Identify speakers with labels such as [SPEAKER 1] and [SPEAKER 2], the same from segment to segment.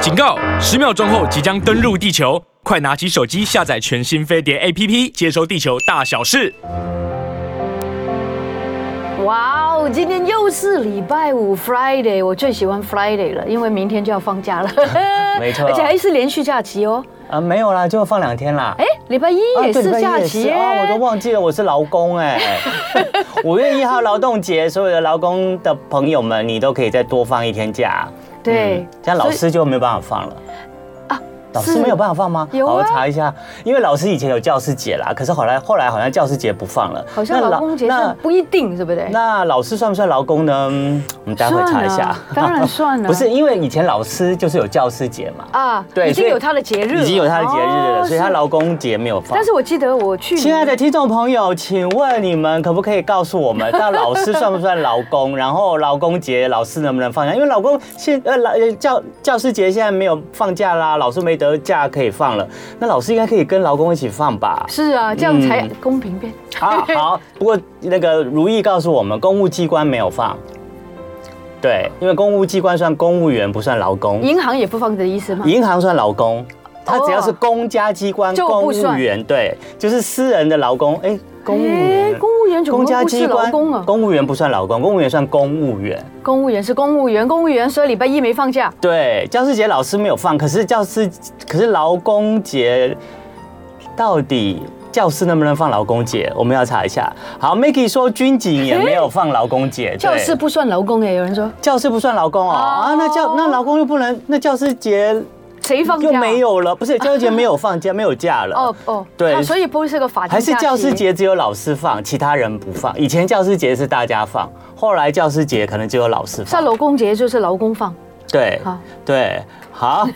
[SPEAKER 1] 警告！十秒钟后即将登陆地球，快拿起手机下载全新飞碟 APP，接收地球大小事。
[SPEAKER 2] 哇哦，今天又是礼拜五 Friday，我最喜欢 Friday 了，因为明天就要放假了，
[SPEAKER 3] 没错
[SPEAKER 2] 而且还是连续假期哦。
[SPEAKER 3] 啊，没有啦，就放两天啦。
[SPEAKER 2] 哎，礼拜一
[SPEAKER 3] 啊
[SPEAKER 2] 也
[SPEAKER 3] 对
[SPEAKER 2] 是
[SPEAKER 3] 礼拜一
[SPEAKER 2] 假
[SPEAKER 3] 也
[SPEAKER 2] 期
[SPEAKER 3] 是
[SPEAKER 2] 耶，
[SPEAKER 3] 啊，我都忘记了我是劳 工哎。五月一号劳动节，所有的劳工的朋友们，你都可以再多放一天假。嗯
[SPEAKER 2] 对，
[SPEAKER 3] 这样老师就没有办法放了。
[SPEAKER 2] 啊，
[SPEAKER 3] 老师没有办法放吗？
[SPEAKER 2] 有啊
[SPEAKER 3] 好我查一下，因为老师以前有教师节啦，可是后来后来好像教师节不放了。
[SPEAKER 2] 好像
[SPEAKER 3] 那
[SPEAKER 2] 老公节
[SPEAKER 3] 那
[SPEAKER 2] 是哎不一定，对不对？
[SPEAKER 3] 那老师算不算劳工呢？嗯我们待会查
[SPEAKER 2] 算
[SPEAKER 3] 一下
[SPEAKER 2] 啊。当然算啊
[SPEAKER 3] 不是因为以前老师就是有教师节嘛，
[SPEAKER 2] 啊，
[SPEAKER 3] 对
[SPEAKER 2] 已经
[SPEAKER 3] 所以
[SPEAKER 2] 有他的节日了，
[SPEAKER 3] 已经有他的节日了，
[SPEAKER 2] 哦
[SPEAKER 3] 所以他
[SPEAKER 2] 是
[SPEAKER 3] 劳工节没有放。
[SPEAKER 2] 但是我记得我去年，
[SPEAKER 3] 亲爱的听众朋友，请问你们可不可以告诉 我们，到老师算不算劳工？然后劳工节老师能不能放假？因为老公现呃老呃教教师节现在没有放假啦，老师没得假可以放了。那老师应该可以跟劳工一起 放吧？
[SPEAKER 2] 是啊，这样才
[SPEAKER 3] 嗯
[SPEAKER 2] 公平变。
[SPEAKER 3] 啊，好。不过那个如意告诉我们，公务机关没有放。对，因为公务机关算公务员，不算劳 工。
[SPEAKER 2] 银行也不放的意思吗？
[SPEAKER 3] 银行算劳工，他只要是
[SPEAKER 2] 哦
[SPEAKER 3] 公家机关、
[SPEAKER 2] 就
[SPEAKER 3] 公
[SPEAKER 2] 不算
[SPEAKER 3] 务员，对，就是私人的劳工。哎，公务
[SPEAKER 2] 哎。
[SPEAKER 3] 员
[SPEAKER 2] 公务员怎么
[SPEAKER 3] 公家
[SPEAKER 2] 不
[SPEAKER 3] 机
[SPEAKER 2] 是
[SPEAKER 3] 关
[SPEAKER 2] 劳工啊？
[SPEAKER 3] 公务员不算劳工，公务员算公务员。
[SPEAKER 2] 公务员是公务员，公务员所以礼拜一没放假。
[SPEAKER 3] 对，教师节老师没有放，可是教师，可是劳工节到底教师能不能放劳工节？我们要查一下。好，Maggie 说军警也没有放劳工节，对
[SPEAKER 2] 哦教师不算劳工哎，有人说
[SPEAKER 3] 教师不算劳工哦。啊，那教那劳工又不能，那教师节
[SPEAKER 2] 谁放假？
[SPEAKER 3] 又没有了，不是教师节没有放假，没有假了。
[SPEAKER 2] 哦哦，
[SPEAKER 3] 对
[SPEAKER 2] 啊所以不是个法定
[SPEAKER 3] 还是
[SPEAKER 2] 假期
[SPEAKER 3] 教师节只有老师放，其他人不放。以前教师节是大家放，后来教师节可能只有老师
[SPEAKER 2] 像
[SPEAKER 3] 放。
[SPEAKER 2] 劳工节就是劳工放，
[SPEAKER 3] 对
[SPEAKER 2] 好，
[SPEAKER 3] 对， 好，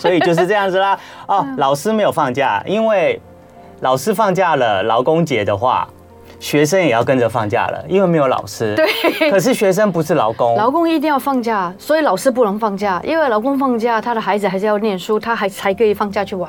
[SPEAKER 3] 所以就是这样子啦。哦，
[SPEAKER 2] 嗯
[SPEAKER 3] 老师没有放假，因为老师放假了，劳工节的话，学生也要跟着放假了，因为没有老师。对。可是学生不是劳工。
[SPEAKER 2] 劳工一定要放假，所以老师不能放假，因为劳工放假，他的孩子还是要念书，他还才可以放假去玩。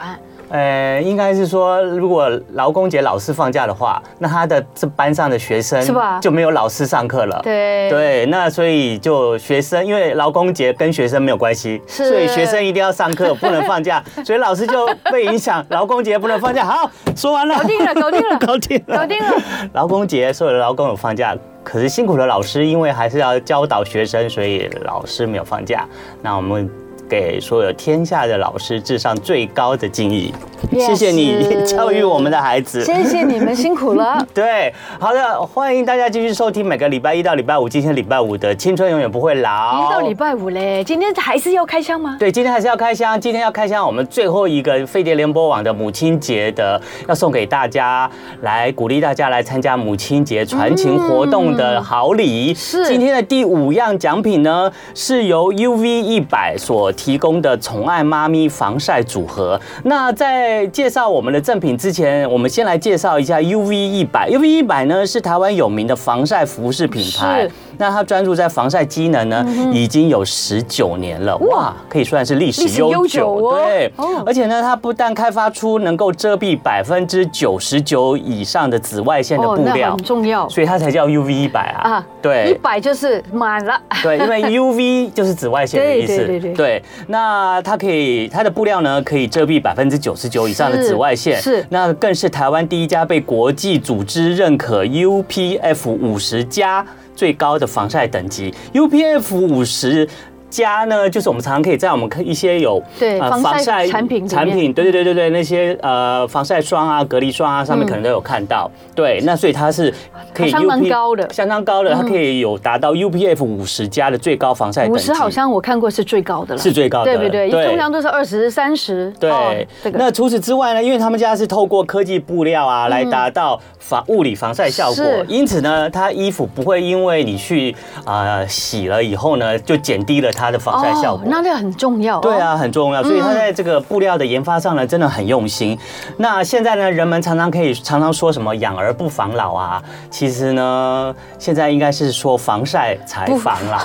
[SPEAKER 3] 呃，应该是说，如果劳工节老师放假的话，那他的这班上的学生
[SPEAKER 2] 是吧
[SPEAKER 3] 就没有老师上课了。。
[SPEAKER 2] 对，
[SPEAKER 3] 对，那所以就学生，因为劳工节跟学生没有关系，
[SPEAKER 2] 是
[SPEAKER 3] 所以学生一定要上课，不能 放假，所以老师就被影响，劳工节不能放假。好，说完了，搞
[SPEAKER 2] 搞 定了搞定了
[SPEAKER 3] 搞定了，
[SPEAKER 2] 搞定了。
[SPEAKER 3] 劳工节所有的劳工有放假，可是辛苦的老师因为还是要教导学生，所以老师没有放假。那我们。给所有天下的老师致上最高的敬意
[SPEAKER 2] Yes
[SPEAKER 3] 谢谢你教育我们的孩子。
[SPEAKER 2] 谢谢你们辛苦了。
[SPEAKER 3] 对，好的，欢迎大家继续收听每个礼拜一到礼拜五，今天礼拜五的《青春永远不会
[SPEAKER 2] 已经
[SPEAKER 3] 老
[SPEAKER 2] 到》。礼拜五嘞，今天还是要开箱吗？
[SPEAKER 3] 对，今天还是要开箱，今天要开箱我们最后一个飞碟联播网的母亲节的，要送给大家，来鼓励大家来参加母亲节传情活动的好礼。
[SPEAKER 2] 嗯是
[SPEAKER 3] 今天的第五样奖品呢，是由 UV 一百所提供的宠爱妈咪防晒组合。那在介绍我们的赠品之前，我们先来介绍一下 UV 一百。UV 一百呢是台湾有名的防晒服饰品牌
[SPEAKER 2] 是。
[SPEAKER 3] 那它专注在防晒机能呢，
[SPEAKER 2] 嗯
[SPEAKER 3] 已经有十九年了，哇，可以算是历史
[SPEAKER 2] 历史
[SPEAKER 3] 悠久。
[SPEAKER 2] 悠久哦
[SPEAKER 3] 对，
[SPEAKER 2] 哦
[SPEAKER 3] 而且呢，它不但开发出能够遮蔽百分之九十九以上的紫外线的布
[SPEAKER 2] 哦那
[SPEAKER 3] 料
[SPEAKER 2] 很，重要
[SPEAKER 3] 所以它才叫 UV 一百啊。
[SPEAKER 2] 啊。一
[SPEAKER 3] 对。
[SPEAKER 2] 百就是满了，
[SPEAKER 3] 对，因为 UV 就是紫外线的意思。
[SPEAKER 2] 对对对对
[SPEAKER 3] 那它可以，它的布料呢可以遮蔽百分之九十九以上的
[SPEAKER 2] 是
[SPEAKER 3] 紫外线。
[SPEAKER 2] 是
[SPEAKER 3] 那更是台湾第一家被国际组织认可 UPF 五十加最高的防晒等级。UPF 五十。加呢，就是我们常常可以在我们看一些有呃
[SPEAKER 2] 对防晒产品里面
[SPEAKER 3] 产品，对对对对对，那些呃防晒霜啊、隔离霜啊，上面
[SPEAKER 2] 嗯
[SPEAKER 3] 可能都有看到。对，那所以它是可以
[SPEAKER 2] 相当
[SPEAKER 3] UP
[SPEAKER 2] 高的
[SPEAKER 3] 相当高
[SPEAKER 2] 嗯
[SPEAKER 3] 的，它可以有达到 UPF 五十加的最高防晒等
[SPEAKER 2] 五
[SPEAKER 3] 级。
[SPEAKER 2] 十好像我看过是最高的了，
[SPEAKER 3] 是最高的
[SPEAKER 2] 对不对？
[SPEAKER 3] 对
[SPEAKER 2] 通常都是二十三十。
[SPEAKER 3] 对、
[SPEAKER 2] 哦这个嗯
[SPEAKER 3] 那除此之外呢？因为他们家是透过科技布料啊来达到防物理防晒效果
[SPEAKER 2] 是，
[SPEAKER 3] 因此呢，它衣服不会因为你去呃洗了以后呢，就减低了它的防晒效果。
[SPEAKER 2] 哦那这嗯个很重要。哦
[SPEAKER 3] 对，啊，很重要，所以它在这个布料的研发上呢，真的很用心。那现在呢，人们常常可以常常说什么“养儿不防老”啊，其实呢，现在应该是说防晒才
[SPEAKER 2] 不
[SPEAKER 3] 防老。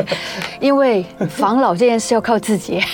[SPEAKER 2] 因为防老这件事要靠自己。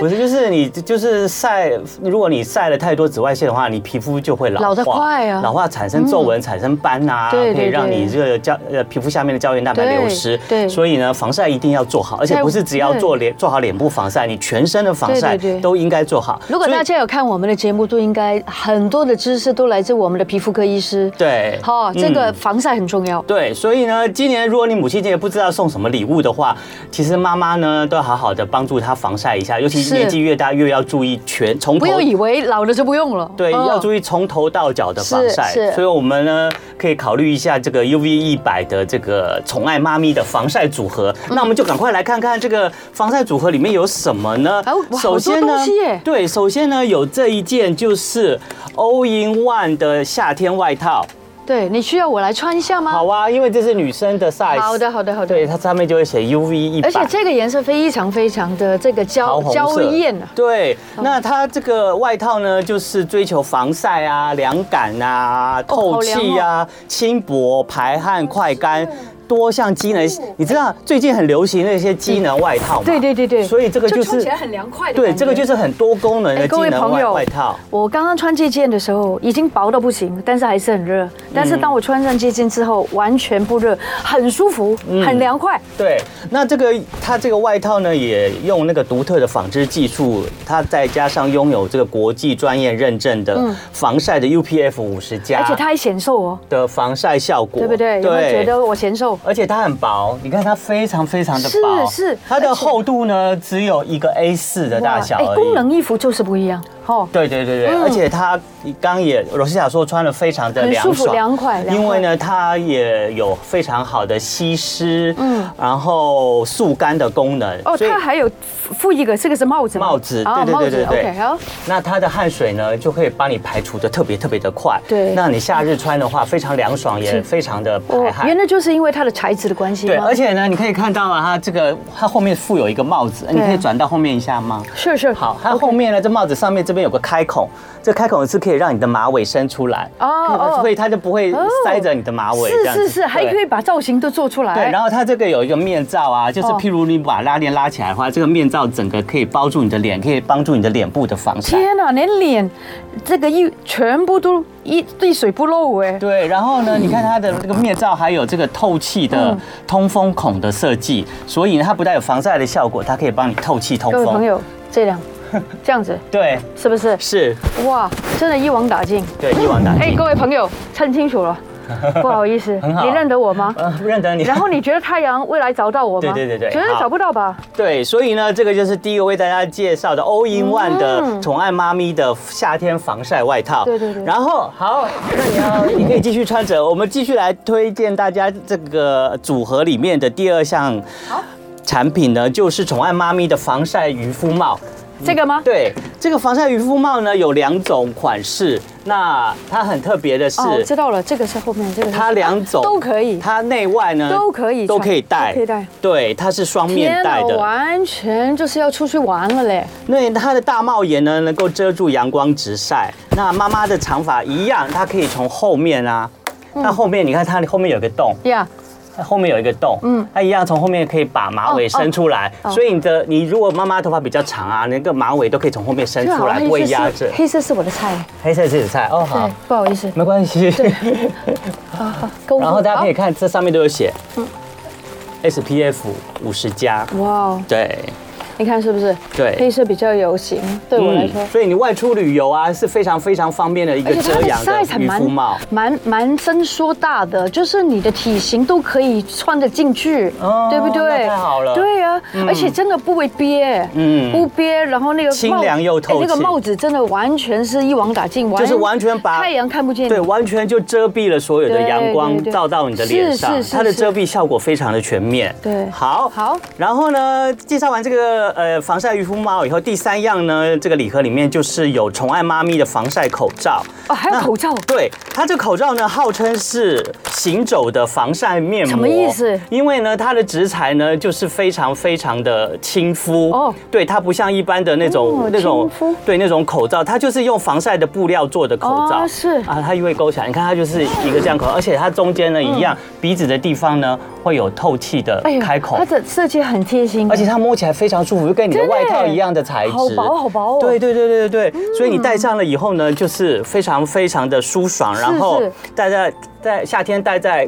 [SPEAKER 3] 不是，就是你就是晒，如果你晒了太多紫外线的话，你皮肤就会老化，
[SPEAKER 2] 老得快啊嗯
[SPEAKER 3] 老化产生皱纹、产生斑啊，
[SPEAKER 2] 对对
[SPEAKER 3] 可以让
[SPEAKER 2] 对
[SPEAKER 3] 你这个胶呃皮肤下面的胶原蛋白
[SPEAKER 2] 对
[SPEAKER 3] 流失。
[SPEAKER 2] 对
[SPEAKER 3] 所以呢，防晒一定要做好，而且
[SPEAKER 2] 在
[SPEAKER 3] 不是只要
[SPEAKER 2] 对
[SPEAKER 3] 做脸做好脸部防晒，你全身的防
[SPEAKER 2] 对
[SPEAKER 3] 晒
[SPEAKER 2] 对对
[SPEAKER 3] 都应该做好。
[SPEAKER 2] 如果
[SPEAKER 3] 所以
[SPEAKER 2] 大家有看我们的节目，都应该很多的知识都来自我们的皮肤科医师。
[SPEAKER 3] 对
[SPEAKER 2] 好、这个
[SPEAKER 3] 嗯
[SPEAKER 2] 防晒很重要。
[SPEAKER 3] 对，所以呢，今年如果你母亲节不知道送什么礼物的话，其实妈妈呢都要好好的帮助她防晒一下，尤其
[SPEAKER 2] 是
[SPEAKER 3] 年纪越大越要注意全从
[SPEAKER 2] 不
[SPEAKER 3] 头
[SPEAKER 2] 要以为老了就不用了，
[SPEAKER 3] 对，
[SPEAKER 2] 嗯
[SPEAKER 3] 要注意从头到脚的防晒
[SPEAKER 2] 是是，
[SPEAKER 3] 所以我们呢可以考虑一下这个 UV 一百的这个宠爱妈咪的防晒组合。
[SPEAKER 2] 嗯
[SPEAKER 3] 那我们就赶快来看看这个防晒组合里面有什么呢
[SPEAKER 2] 哦哇？好多东西耶
[SPEAKER 3] 对，首先呢有这一件就是 All in One 的夏天外套，
[SPEAKER 2] 对你需要我来穿一下吗？
[SPEAKER 3] 好啊，因为这是女生的 size。
[SPEAKER 2] 好的，好的，好的。
[SPEAKER 3] 对，它上面就会写 UV 一百。
[SPEAKER 2] 而且这个颜色非常非常的这个
[SPEAKER 3] 桃
[SPEAKER 2] 娇
[SPEAKER 3] 红
[SPEAKER 2] 娇
[SPEAKER 3] 色
[SPEAKER 2] 艳啊，
[SPEAKER 3] 对，那它这个外套呢，就是追求防晒啊、凉感啊、
[SPEAKER 2] 哦
[SPEAKER 3] 透气啊、轻薄、排汗、快干。多项机能，你知道最近很流行那些机能外套
[SPEAKER 2] 哦
[SPEAKER 3] 嘛？
[SPEAKER 2] 对对对对
[SPEAKER 3] 所以这个就
[SPEAKER 2] 穿
[SPEAKER 3] 是
[SPEAKER 2] 起来很凉快的感觉。
[SPEAKER 3] 对，这个就是很多功能的
[SPEAKER 2] 哎各
[SPEAKER 3] 机
[SPEAKER 2] 位
[SPEAKER 3] 能
[SPEAKER 2] 朋
[SPEAKER 3] 外
[SPEAKER 2] 友
[SPEAKER 3] 外套。
[SPEAKER 2] 我刚刚穿这件的时候已经薄到不行，但是还是很热。但是当我穿上这件之后，完全不热，很舒服，
[SPEAKER 3] 嗯
[SPEAKER 2] 很凉快。
[SPEAKER 3] 对，那这个它这个外套呢，也用那个独特的纺织技术，它再加上拥有这个国际专业认证的防晒的 UPF 五十加，
[SPEAKER 2] 嗯而且它还显瘦哦，
[SPEAKER 3] 的防晒效果，
[SPEAKER 2] 对不对？有没有觉得我显瘦？
[SPEAKER 3] 而且它很薄，你看它非常非常的薄，
[SPEAKER 2] 是是
[SPEAKER 3] 它
[SPEAKER 2] 而
[SPEAKER 3] 的
[SPEAKER 2] 且
[SPEAKER 3] 厚度呢只有一个 A 4的大小
[SPEAKER 2] 哇哎
[SPEAKER 3] 而已。
[SPEAKER 2] 功能衣服就是不一样哦。
[SPEAKER 3] 对对对对，而且它刚也罗西亚说穿的非常的
[SPEAKER 2] 很
[SPEAKER 3] 凉
[SPEAKER 2] 舒服
[SPEAKER 3] 爽，
[SPEAKER 2] 凉快凉快
[SPEAKER 3] 因为呢，它也有非常好的吸湿，
[SPEAKER 2] 嗯
[SPEAKER 3] 嗯，然后速干的功能。
[SPEAKER 2] 哦，
[SPEAKER 3] 所以
[SPEAKER 2] 它还有附附一个，这个是帽子吗
[SPEAKER 3] 帽子
[SPEAKER 2] 啊
[SPEAKER 3] 对对对
[SPEAKER 2] 帽子
[SPEAKER 3] 对对对
[SPEAKER 2] OK，好，
[SPEAKER 3] 那它的汗水呢，就可以帮你排除的特别特别的快。
[SPEAKER 2] 对
[SPEAKER 3] 那你夏日穿的话，非常凉爽，也非常的排
[SPEAKER 2] 哦，
[SPEAKER 3] 汗。
[SPEAKER 2] 原来就是因为它的材质的关系
[SPEAKER 3] 对，
[SPEAKER 2] 吗？
[SPEAKER 3] 而且呢，你可以看到啊，它这个它后面附有一个帽子，你可以转到后面一下吗？
[SPEAKER 2] 是是
[SPEAKER 3] 好，它后面呢，这帽子上面这边有个开孔，这开孔是可以让你的马尾伸出来，
[SPEAKER 2] 哦哦
[SPEAKER 3] 哦，所以它就不会
[SPEAKER 2] 哦
[SPEAKER 3] 塞着你的马尾，啊这
[SPEAKER 2] 是
[SPEAKER 3] 样子
[SPEAKER 2] 是是，还
[SPEAKER 3] 对
[SPEAKER 2] 可以把造型都做出来。
[SPEAKER 3] 对，然后它这个有一个面罩啊，就是
[SPEAKER 2] 哦
[SPEAKER 3] 譬如你把拉链拉起来的话，这个面罩整个可以包住你的脸，可以帮助你的脸部的防晒。
[SPEAKER 2] 天哪，啊连脸这个一全部都一滴水不漏哎。
[SPEAKER 3] 对，然后呢，你看它的这个面罩还有这个透气
[SPEAKER 2] 嗯
[SPEAKER 3] 的通风孔的设计，所以呢，它不但有防晒的效果，它可以帮你透气通
[SPEAKER 2] 各位朋
[SPEAKER 3] 风。
[SPEAKER 2] 友，这 样这样子
[SPEAKER 3] 对，
[SPEAKER 2] 是不是？
[SPEAKER 3] 是，
[SPEAKER 2] 哇，真的，一网打尽。
[SPEAKER 3] 对，一网打
[SPEAKER 2] 哎，
[SPEAKER 3] 尽。
[SPEAKER 2] 各位朋友，称清楚 了，不好意思，
[SPEAKER 3] 很好
[SPEAKER 2] 你认得我 吗？
[SPEAKER 3] 呃，不认得你。
[SPEAKER 2] 然后你觉得太阳未来找到我吗？
[SPEAKER 3] 对对对对
[SPEAKER 2] 觉得
[SPEAKER 3] 好
[SPEAKER 2] 找不到吧？
[SPEAKER 3] 对，所以呢，这个就是第一个为大家介绍的 All in One 的宠爱妈咪的夏天防晒外
[SPEAKER 2] 嗯
[SPEAKER 3] 套。
[SPEAKER 2] 对对对
[SPEAKER 3] 然后好，那你要你可以继续穿着，我们继续来推荐大家这个组合里面的第二项产品呢，就是宠爱妈咪的防晒渔夫帽。
[SPEAKER 2] 这个吗？
[SPEAKER 3] 嗯对，这个防晒渔夫帽呢有两种款式，那它很特别的是，
[SPEAKER 2] 哦，我知道了，这个是后面这个是。
[SPEAKER 3] 它两种
[SPEAKER 2] 都可以
[SPEAKER 3] 它内外呢
[SPEAKER 2] 都可以穿
[SPEAKER 3] 嗯都可以戴，
[SPEAKER 2] 都可以戴
[SPEAKER 3] 对，它是双面戴
[SPEAKER 2] 天哪啊
[SPEAKER 3] 的。
[SPEAKER 2] 完全就是要出去玩了嘞！
[SPEAKER 3] 那它的大帽檐呢，能够遮住阳光直晒。那妈妈的长发一样，它可以从后面啊，
[SPEAKER 2] 嗯
[SPEAKER 3] 那后面你看它后面有个洞，
[SPEAKER 2] 呀、
[SPEAKER 3] 它后面有一个洞，嗯，它一样从后面可以把马尾伸出来。
[SPEAKER 2] 哦哦
[SPEAKER 3] 所以你的你如果妈妈头发比较长啊，那个马尾都可以从后面伸
[SPEAKER 2] 这
[SPEAKER 3] 出来，不会
[SPEAKER 2] 黑
[SPEAKER 3] 压
[SPEAKER 2] 色
[SPEAKER 3] 着
[SPEAKER 2] 是。黑色是我的菜，
[SPEAKER 3] 黑色是紫菜哦，好
[SPEAKER 2] 对。，不好意思，
[SPEAKER 3] 没 关系。
[SPEAKER 2] 购物
[SPEAKER 3] 然后大家可以
[SPEAKER 2] 好
[SPEAKER 3] 看这上面都有写，SPF 五十加，
[SPEAKER 2] 哇哦，
[SPEAKER 3] 对
[SPEAKER 2] 你看是不是？
[SPEAKER 3] 对
[SPEAKER 2] 黑色比较有型，对我来说。
[SPEAKER 3] 嗯所以你外出旅游啊是非常非常方便的一个
[SPEAKER 2] 而且它
[SPEAKER 3] 遮
[SPEAKER 2] 的
[SPEAKER 3] 阳
[SPEAKER 2] size
[SPEAKER 3] 的
[SPEAKER 2] 很
[SPEAKER 3] 渔
[SPEAKER 2] 蛮嗯
[SPEAKER 3] 夫帽。
[SPEAKER 2] 蛮蛮伸缩大的，就是你的体型都可以穿得进去，
[SPEAKER 3] 哦
[SPEAKER 2] 对不对？
[SPEAKER 3] 那太好了
[SPEAKER 2] 对啊，而且真的不会憋，
[SPEAKER 3] 嗯
[SPEAKER 2] 不憋，然后那个帽
[SPEAKER 3] 清凉又透
[SPEAKER 2] 哎那个
[SPEAKER 3] 气
[SPEAKER 2] 帽子真的完全是一网打尽，
[SPEAKER 3] 就是完全把
[SPEAKER 2] 太阳看不见你。
[SPEAKER 3] 对，完全就遮蔽了所有的
[SPEAKER 2] 对
[SPEAKER 3] 阳光
[SPEAKER 2] 对对
[SPEAKER 3] 照到你的脸上
[SPEAKER 2] 是是，是
[SPEAKER 3] 它的
[SPEAKER 2] 是
[SPEAKER 3] 遮蔽效果非常的全面。
[SPEAKER 2] 对
[SPEAKER 3] 好，
[SPEAKER 2] 好。
[SPEAKER 3] 然后呢，介绍完这个呃防晒渔夫帽以后，第三样呢，这个礼盒里面就是有宠爱妈咪的防晒口罩。
[SPEAKER 2] 哦，还有
[SPEAKER 3] 那
[SPEAKER 2] 口罩，
[SPEAKER 3] 对，它这口罩呢，号称是行走的防晒面膜。
[SPEAKER 2] 什么意思
[SPEAKER 3] 因为呢，它的植材呢，就是非常非常的亲肤。
[SPEAKER 2] 哦
[SPEAKER 3] 哦，对，它不像一般的那种、
[SPEAKER 2] 哦
[SPEAKER 3] 那种
[SPEAKER 2] 亲肤
[SPEAKER 3] 对那种口罩，它就是用防晒的布料做的口罩。
[SPEAKER 2] 哦是
[SPEAKER 3] 啊，它因为勾起来，你看它就是一个这样口罩，而且它中间呢一样，鼻子的地方呢会有透气的
[SPEAKER 2] 嗯哎呦
[SPEAKER 3] 开孔
[SPEAKER 2] 它。的设计很贴心，
[SPEAKER 3] 而且它摸起来非常舒舒服，就跟你的
[SPEAKER 2] 真的
[SPEAKER 3] 外套
[SPEAKER 2] 耶
[SPEAKER 3] 一样的材质，
[SPEAKER 2] 好薄好薄哦
[SPEAKER 3] 对对对对对对，所以你戴上了以后呢，就是非常非常的舒爽，然后
[SPEAKER 2] 是
[SPEAKER 3] 戴在在夏天戴在。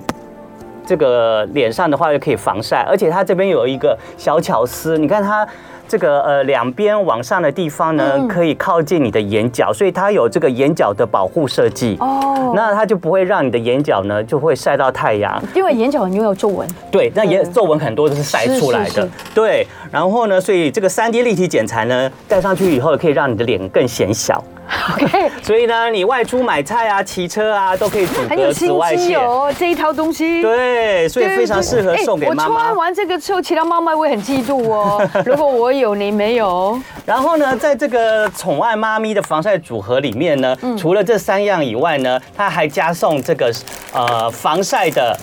[SPEAKER 3] 这个脸上的话又可以防晒，而且它这边有一个小巧思，你看它这个呃两边往上的地方呢，
[SPEAKER 2] 嗯
[SPEAKER 3] 可以靠近你的眼角，所以它有这个眼角的保护设计。
[SPEAKER 2] 哦
[SPEAKER 3] 那它就不会让你的眼角呢就会晒到太阳，
[SPEAKER 2] 因为眼角很容易有皱纹，
[SPEAKER 3] 对，那也
[SPEAKER 2] 嗯
[SPEAKER 3] 皱纹很多都是晒出来的，
[SPEAKER 2] 是是是
[SPEAKER 3] 对。然后呢，所以这个三 D 立体剪裁呢，戴上去以后可以让你的脸更显小。
[SPEAKER 2] OK，
[SPEAKER 3] 所以呢，你外出买菜啊、骑车啊，都可以组
[SPEAKER 2] 很有
[SPEAKER 3] 合
[SPEAKER 2] 心
[SPEAKER 3] 紫外
[SPEAKER 2] 机
[SPEAKER 3] 线。
[SPEAKER 2] 哦，这一套东西。
[SPEAKER 3] 对，所以
[SPEAKER 2] 对
[SPEAKER 3] 非常适合
[SPEAKER 2] 哎
[SPEAKER 3] 送给妈
[SPEAKER 2] 我
[SPEAKER 3] 妈
[SPEAKER 2] 穿。完这个之后，其他妈妈会很嫉妒 哦。如果我有，你没有，
[SPEAKER 3] 然后呢，在这个宠爱妈咪的防晒组合里面呢，
[SPEAKER 2] 嗯
[SPEAKER 3] 除了这三样以外呢，它还加送这个呃防晒的。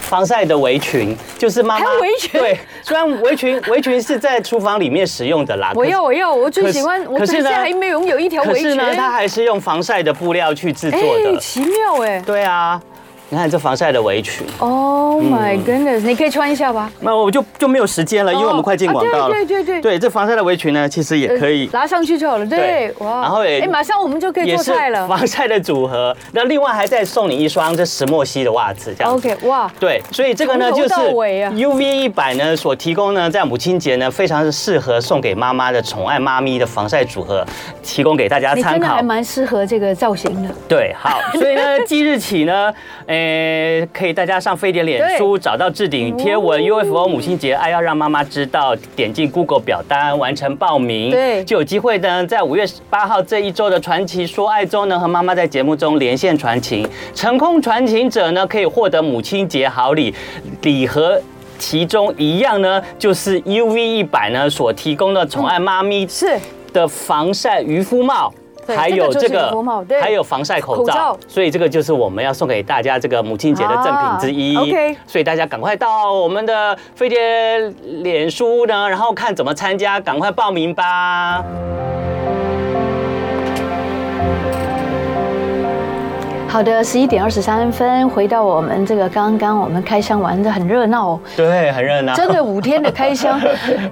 [SPEAKER 3] 防晒的围裙就是妈妈
[SPEAKER 2] 还有围裙
[SPEAKER 3] 对，虽然围裙围裙是在厨房里面使用的啦，
[SPEAKER 2] 我
[SPEAKER 3] 可是
[SPEAKER 2] 要我要，我最
[SPEAKER 3] 可
[SPEAKER 2] 喜
[SPEAKER 3] 是
[SPEAKER 2] 欢，我
[SPEAKER 3] 可
[SPEAKER 2] 最
[SPEAKER 3] 是
[SPEAKER 2] 现
[SPEAKER 3] 呢
[SPEAKER 2] 在还没有拥有一条
[SPEAKER 3] 可
[SPEAKER 2] 围
[SPEAKER 3] 是
[SPEAKER 2] 裙。哎
[SPEAKER 3] 呢，它还是用防晒的布料去制作的。
[SPEAKER 2] 奇妙哎。
[SPEAKER 3] 对啊，你看这防晒的围裙，
[SPEAKER 2] Oh my goodness，你可以穿一下吧。
[SPEAKER 3] 那我就就没有时间嗯了，因为我们快进
[SPEAKER 2] 哦啊
[SPEAKER 3] 广告了。
[SPEAKER 2] 对对对对
[SPEAKER 3] 对，这防晒的围裙呢，其实也可以
[SPEAKER 2] 呃。拿上去就好了。对
[SPEAKER 3] 对，然后也
[SPEAKER 2] 哎，马上我们就可以
[SPEAKER 3] 也
[SPEAKER 2] 做
[SPEAKER 3] 是
[SPEAKER 2] 菜了。
[SPEAKER 3] 防晒的组合，那另外还再送你一双这石墨烯的袜子，这样子。
[SPEAKER 2] OK，哇，
[SPEAKER 3] 对，所以这个呢
[SPEAKER 2] 从
[SPEAKER 3] 就
[SPEAKER 2] 头
[SPEAKER 3] 是
[SPEAKER 2] 到尾啊
[SPEAKER 3] UV 一百呢所提供呢，在母亲节呢非常适合送给妈妈的宠爱妈咪的防晒组合，提供给大家
[SPEAKER 2] 你
[SPEAKER 3] 参
[SPEAKER 2] 真的
[SPEAKER 3] 考
[SPEAKER 2] 还。蛮适合这个造型的。
[SPEAKER 3] 对，好，所以呢，即日起呢， 呃，可以大家上飞碟脸书找到置顶贴文 UFO 母亲节哎爱要让妈妈知道，点进 Google 表单完成报名，
[SPEAKER 2] 对
[SPEAKER 3] 就有机会呢，在五月八号这一周的传奇说爱周呢，和妈妈在节目中连线传情，成功传情者呢，可以获得母亲节好礼礼盒。其中一样呢，就是 UV 一百呢所提供的宠爱妈咪
[SPEAKER 2] 是，
[SPEAKER 3] 的防晒渔夫帽。
[SPEAKER 2] 对
[SPEAKER 3] 还有
[SPEAKER 2] 这个就
[SPEAKER 3] 这
[SPEAKER 2] 是渔
[SPEAKER 3] 个
[SPEAKER 2] 夫帽对，
[SPEAKER 3] 还有防晒口
[SPEAKER 2] 口罩
[SPEAKER 3] 罩，所以这个就是我们要送给大家这个母亲节的赠品之一。
[SPEAKER 2] 啊，OK
[SPEAKER 3] 所以大家赶快到我们的飞碟脸书呢，然后看怎么参加，赶快报名吧。
[SPEAKER 2] 好的，十一点二十三分，回到我们这个刚刚我们开箱玩的很热闹哦，
[SPEAKER 3] 对，很热闹。
[SPEAKER 2] 真的五天的开 箱，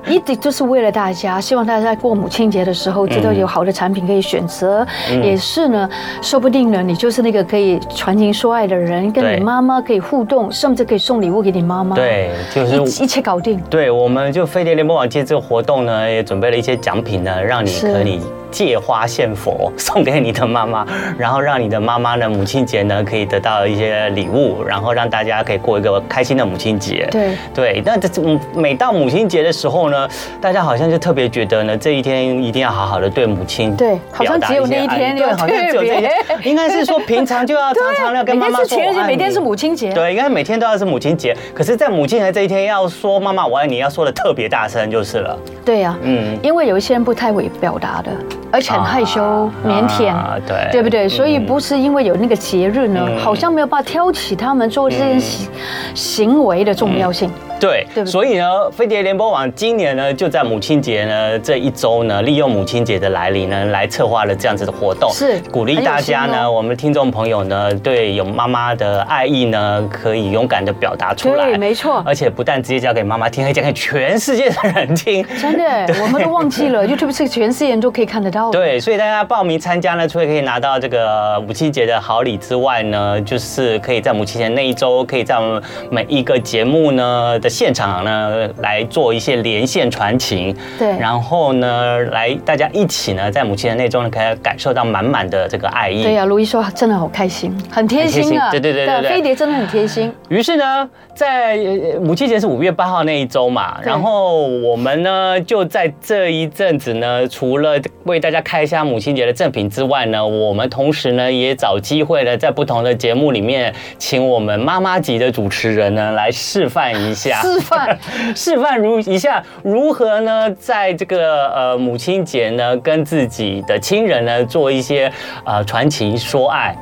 [SPEAKER 2] 一直就是为了大家，希望大家在过母亲节的时候，知道有好的产品可以选择，
[SPEAKER 3] 嗯
[SPEAKER 2] 也是呢，说不定呢，你就是那个可以传情说爱的人，跟
[SPEAKER 3] 对
[SPEAKER 2] 你妈妈可以互动，甚至可以送礼物给你妈妈，，
[SPEAKER 3] 对，就是。
[SPEAKER 2] 一一切搞定。
[SPEAKER 3] 对，我们就飞碟联播网借这个活动呢，也准备了一些奖品呢，让你
[SPEAKER 2] 是
[SPEAKER 3] 可以借花献佛，送给你的妈妈，然后让你的妈妈呢，母亲节呢可以得到一些礼物，然后让大家可以过一个开心的母亲节。
[SPEAKER 2] 对啊
[SPEAKER 3] 对，那这嗯每到母亲节的时候呢，大家好像就特别觉得呢，这一天一定要好好的对母亲
[SPEAKER 2] 对好像
[SPEAKER 3] 表达
[SPEAKER 2] 只有
[SPEAKER 3] 一些
[SPEAKER 2] 那一
[SPEAKER 3] 爱意
[SPEAKER 2] 天
[SPEAKER 3] 对，
[SPEAKER 2] 有
[SPEAKER 3] 好像只有这一天，应该是说平常就要常常要跟
[SPEAKER 2] 每
[SPEAKER 3] 妈
[SPEAKER 2] 天
[SPEAKER 3] 妈
[SPEAKER 2] 是
[SPEAKER 3] 说
[SPEAKER 2] 情
[SPEAKER 3] 我
[SPEAKER 2] 人节，
[SPEAKER 3] 爱
[SPEAKER 2] 每天是
[SPEAKER 3] 你
[SPEAKER 2] 母亲节，
[SPEAKER 3] 对，应该每天都要是母亲节，可是，在母亲节这一天要说“妈妈我爱你”，要说的特别大声就是了。
[SPEAKER 2] 对啊呀，
[SPEAKER 3] 嗯，
[SPEAKER 2] 因为有一些人不太会表达的，而且很害羞、腼腆，
[SPEAKER 3] 啊对
[SPEAKER 2] 对不对？所以
[SPEAKER 3] 嗯
[SPEAKER 2] 不是因为有那个节日呢，
[SPEAKER 3] 嗯
[SPEAKER 2] 好像没有办法挑起他们做这件行行为的重要性。
[SPEAKER 3] 对，
[SPEAKER 2] 对不对
[SPEAKER 3] 所以呢，飞碟联播网今年呢，就在母亲节呢这一周呢，利用母亲节的来临呢，来策划了这样子的活动，
[SPEAKER 2] 是
[SPEAKER 3] 鼓励大家
[SPEAKER 2] 很有心
[SPEAKER 3] 呢，
[SPEAKER 2] 哦
[SPEAKER 3] 我们听众朋友呢，对有妈妈的爱意呢，可以勇敢的表达出来，哎
[SPEAKER 2] 对没错
[SPEAKER 3] 而且不但直接讲给妈妈听，还讲给全世界的人听。
[SPEAKER 2] 真的，我们都忘记了，YouTube 是全世界人都可以看得 到的。
[SPEAKER 3] 对，所以大家报名参加呢，除了可以拿到这个母亲节的好礼之外呢，就是可以在母亲节那一周，可以在我们每一个节目呢的现场呢来做一些连线传情，
[SPEAKER 2] 对
[SPEAKER 3] 然后呢来大家一起呢在母亲节那周呢，可以感受到满满的这个爱意。
[SPEAKER 2] 对呀、卢一说真的好开心，很贴心啊！
[SPEAKER 3] 很贴心对对对对对
[SPEAKER 2] 飞碟真的很贴心。
[SPEAKER 3] 于是呢，在呃母亲节是五月八号那一周嘛，
[SPEAKER 2] 对
[SPEAKER 3] 然后我们呢就在这一阵子呢，除了为大家开箱母亲节的赠品之外呢，我们同时呢也找机会呢，在不同的节目里面，请我们妈妈级的主持人呢来示范 一下，
[SPEAKER 2] 示范
[SPEAKER 3] 示范如一下如何呢，在这个呃母亲节呢，跟自己的亲人呢做一些呃传情说爱。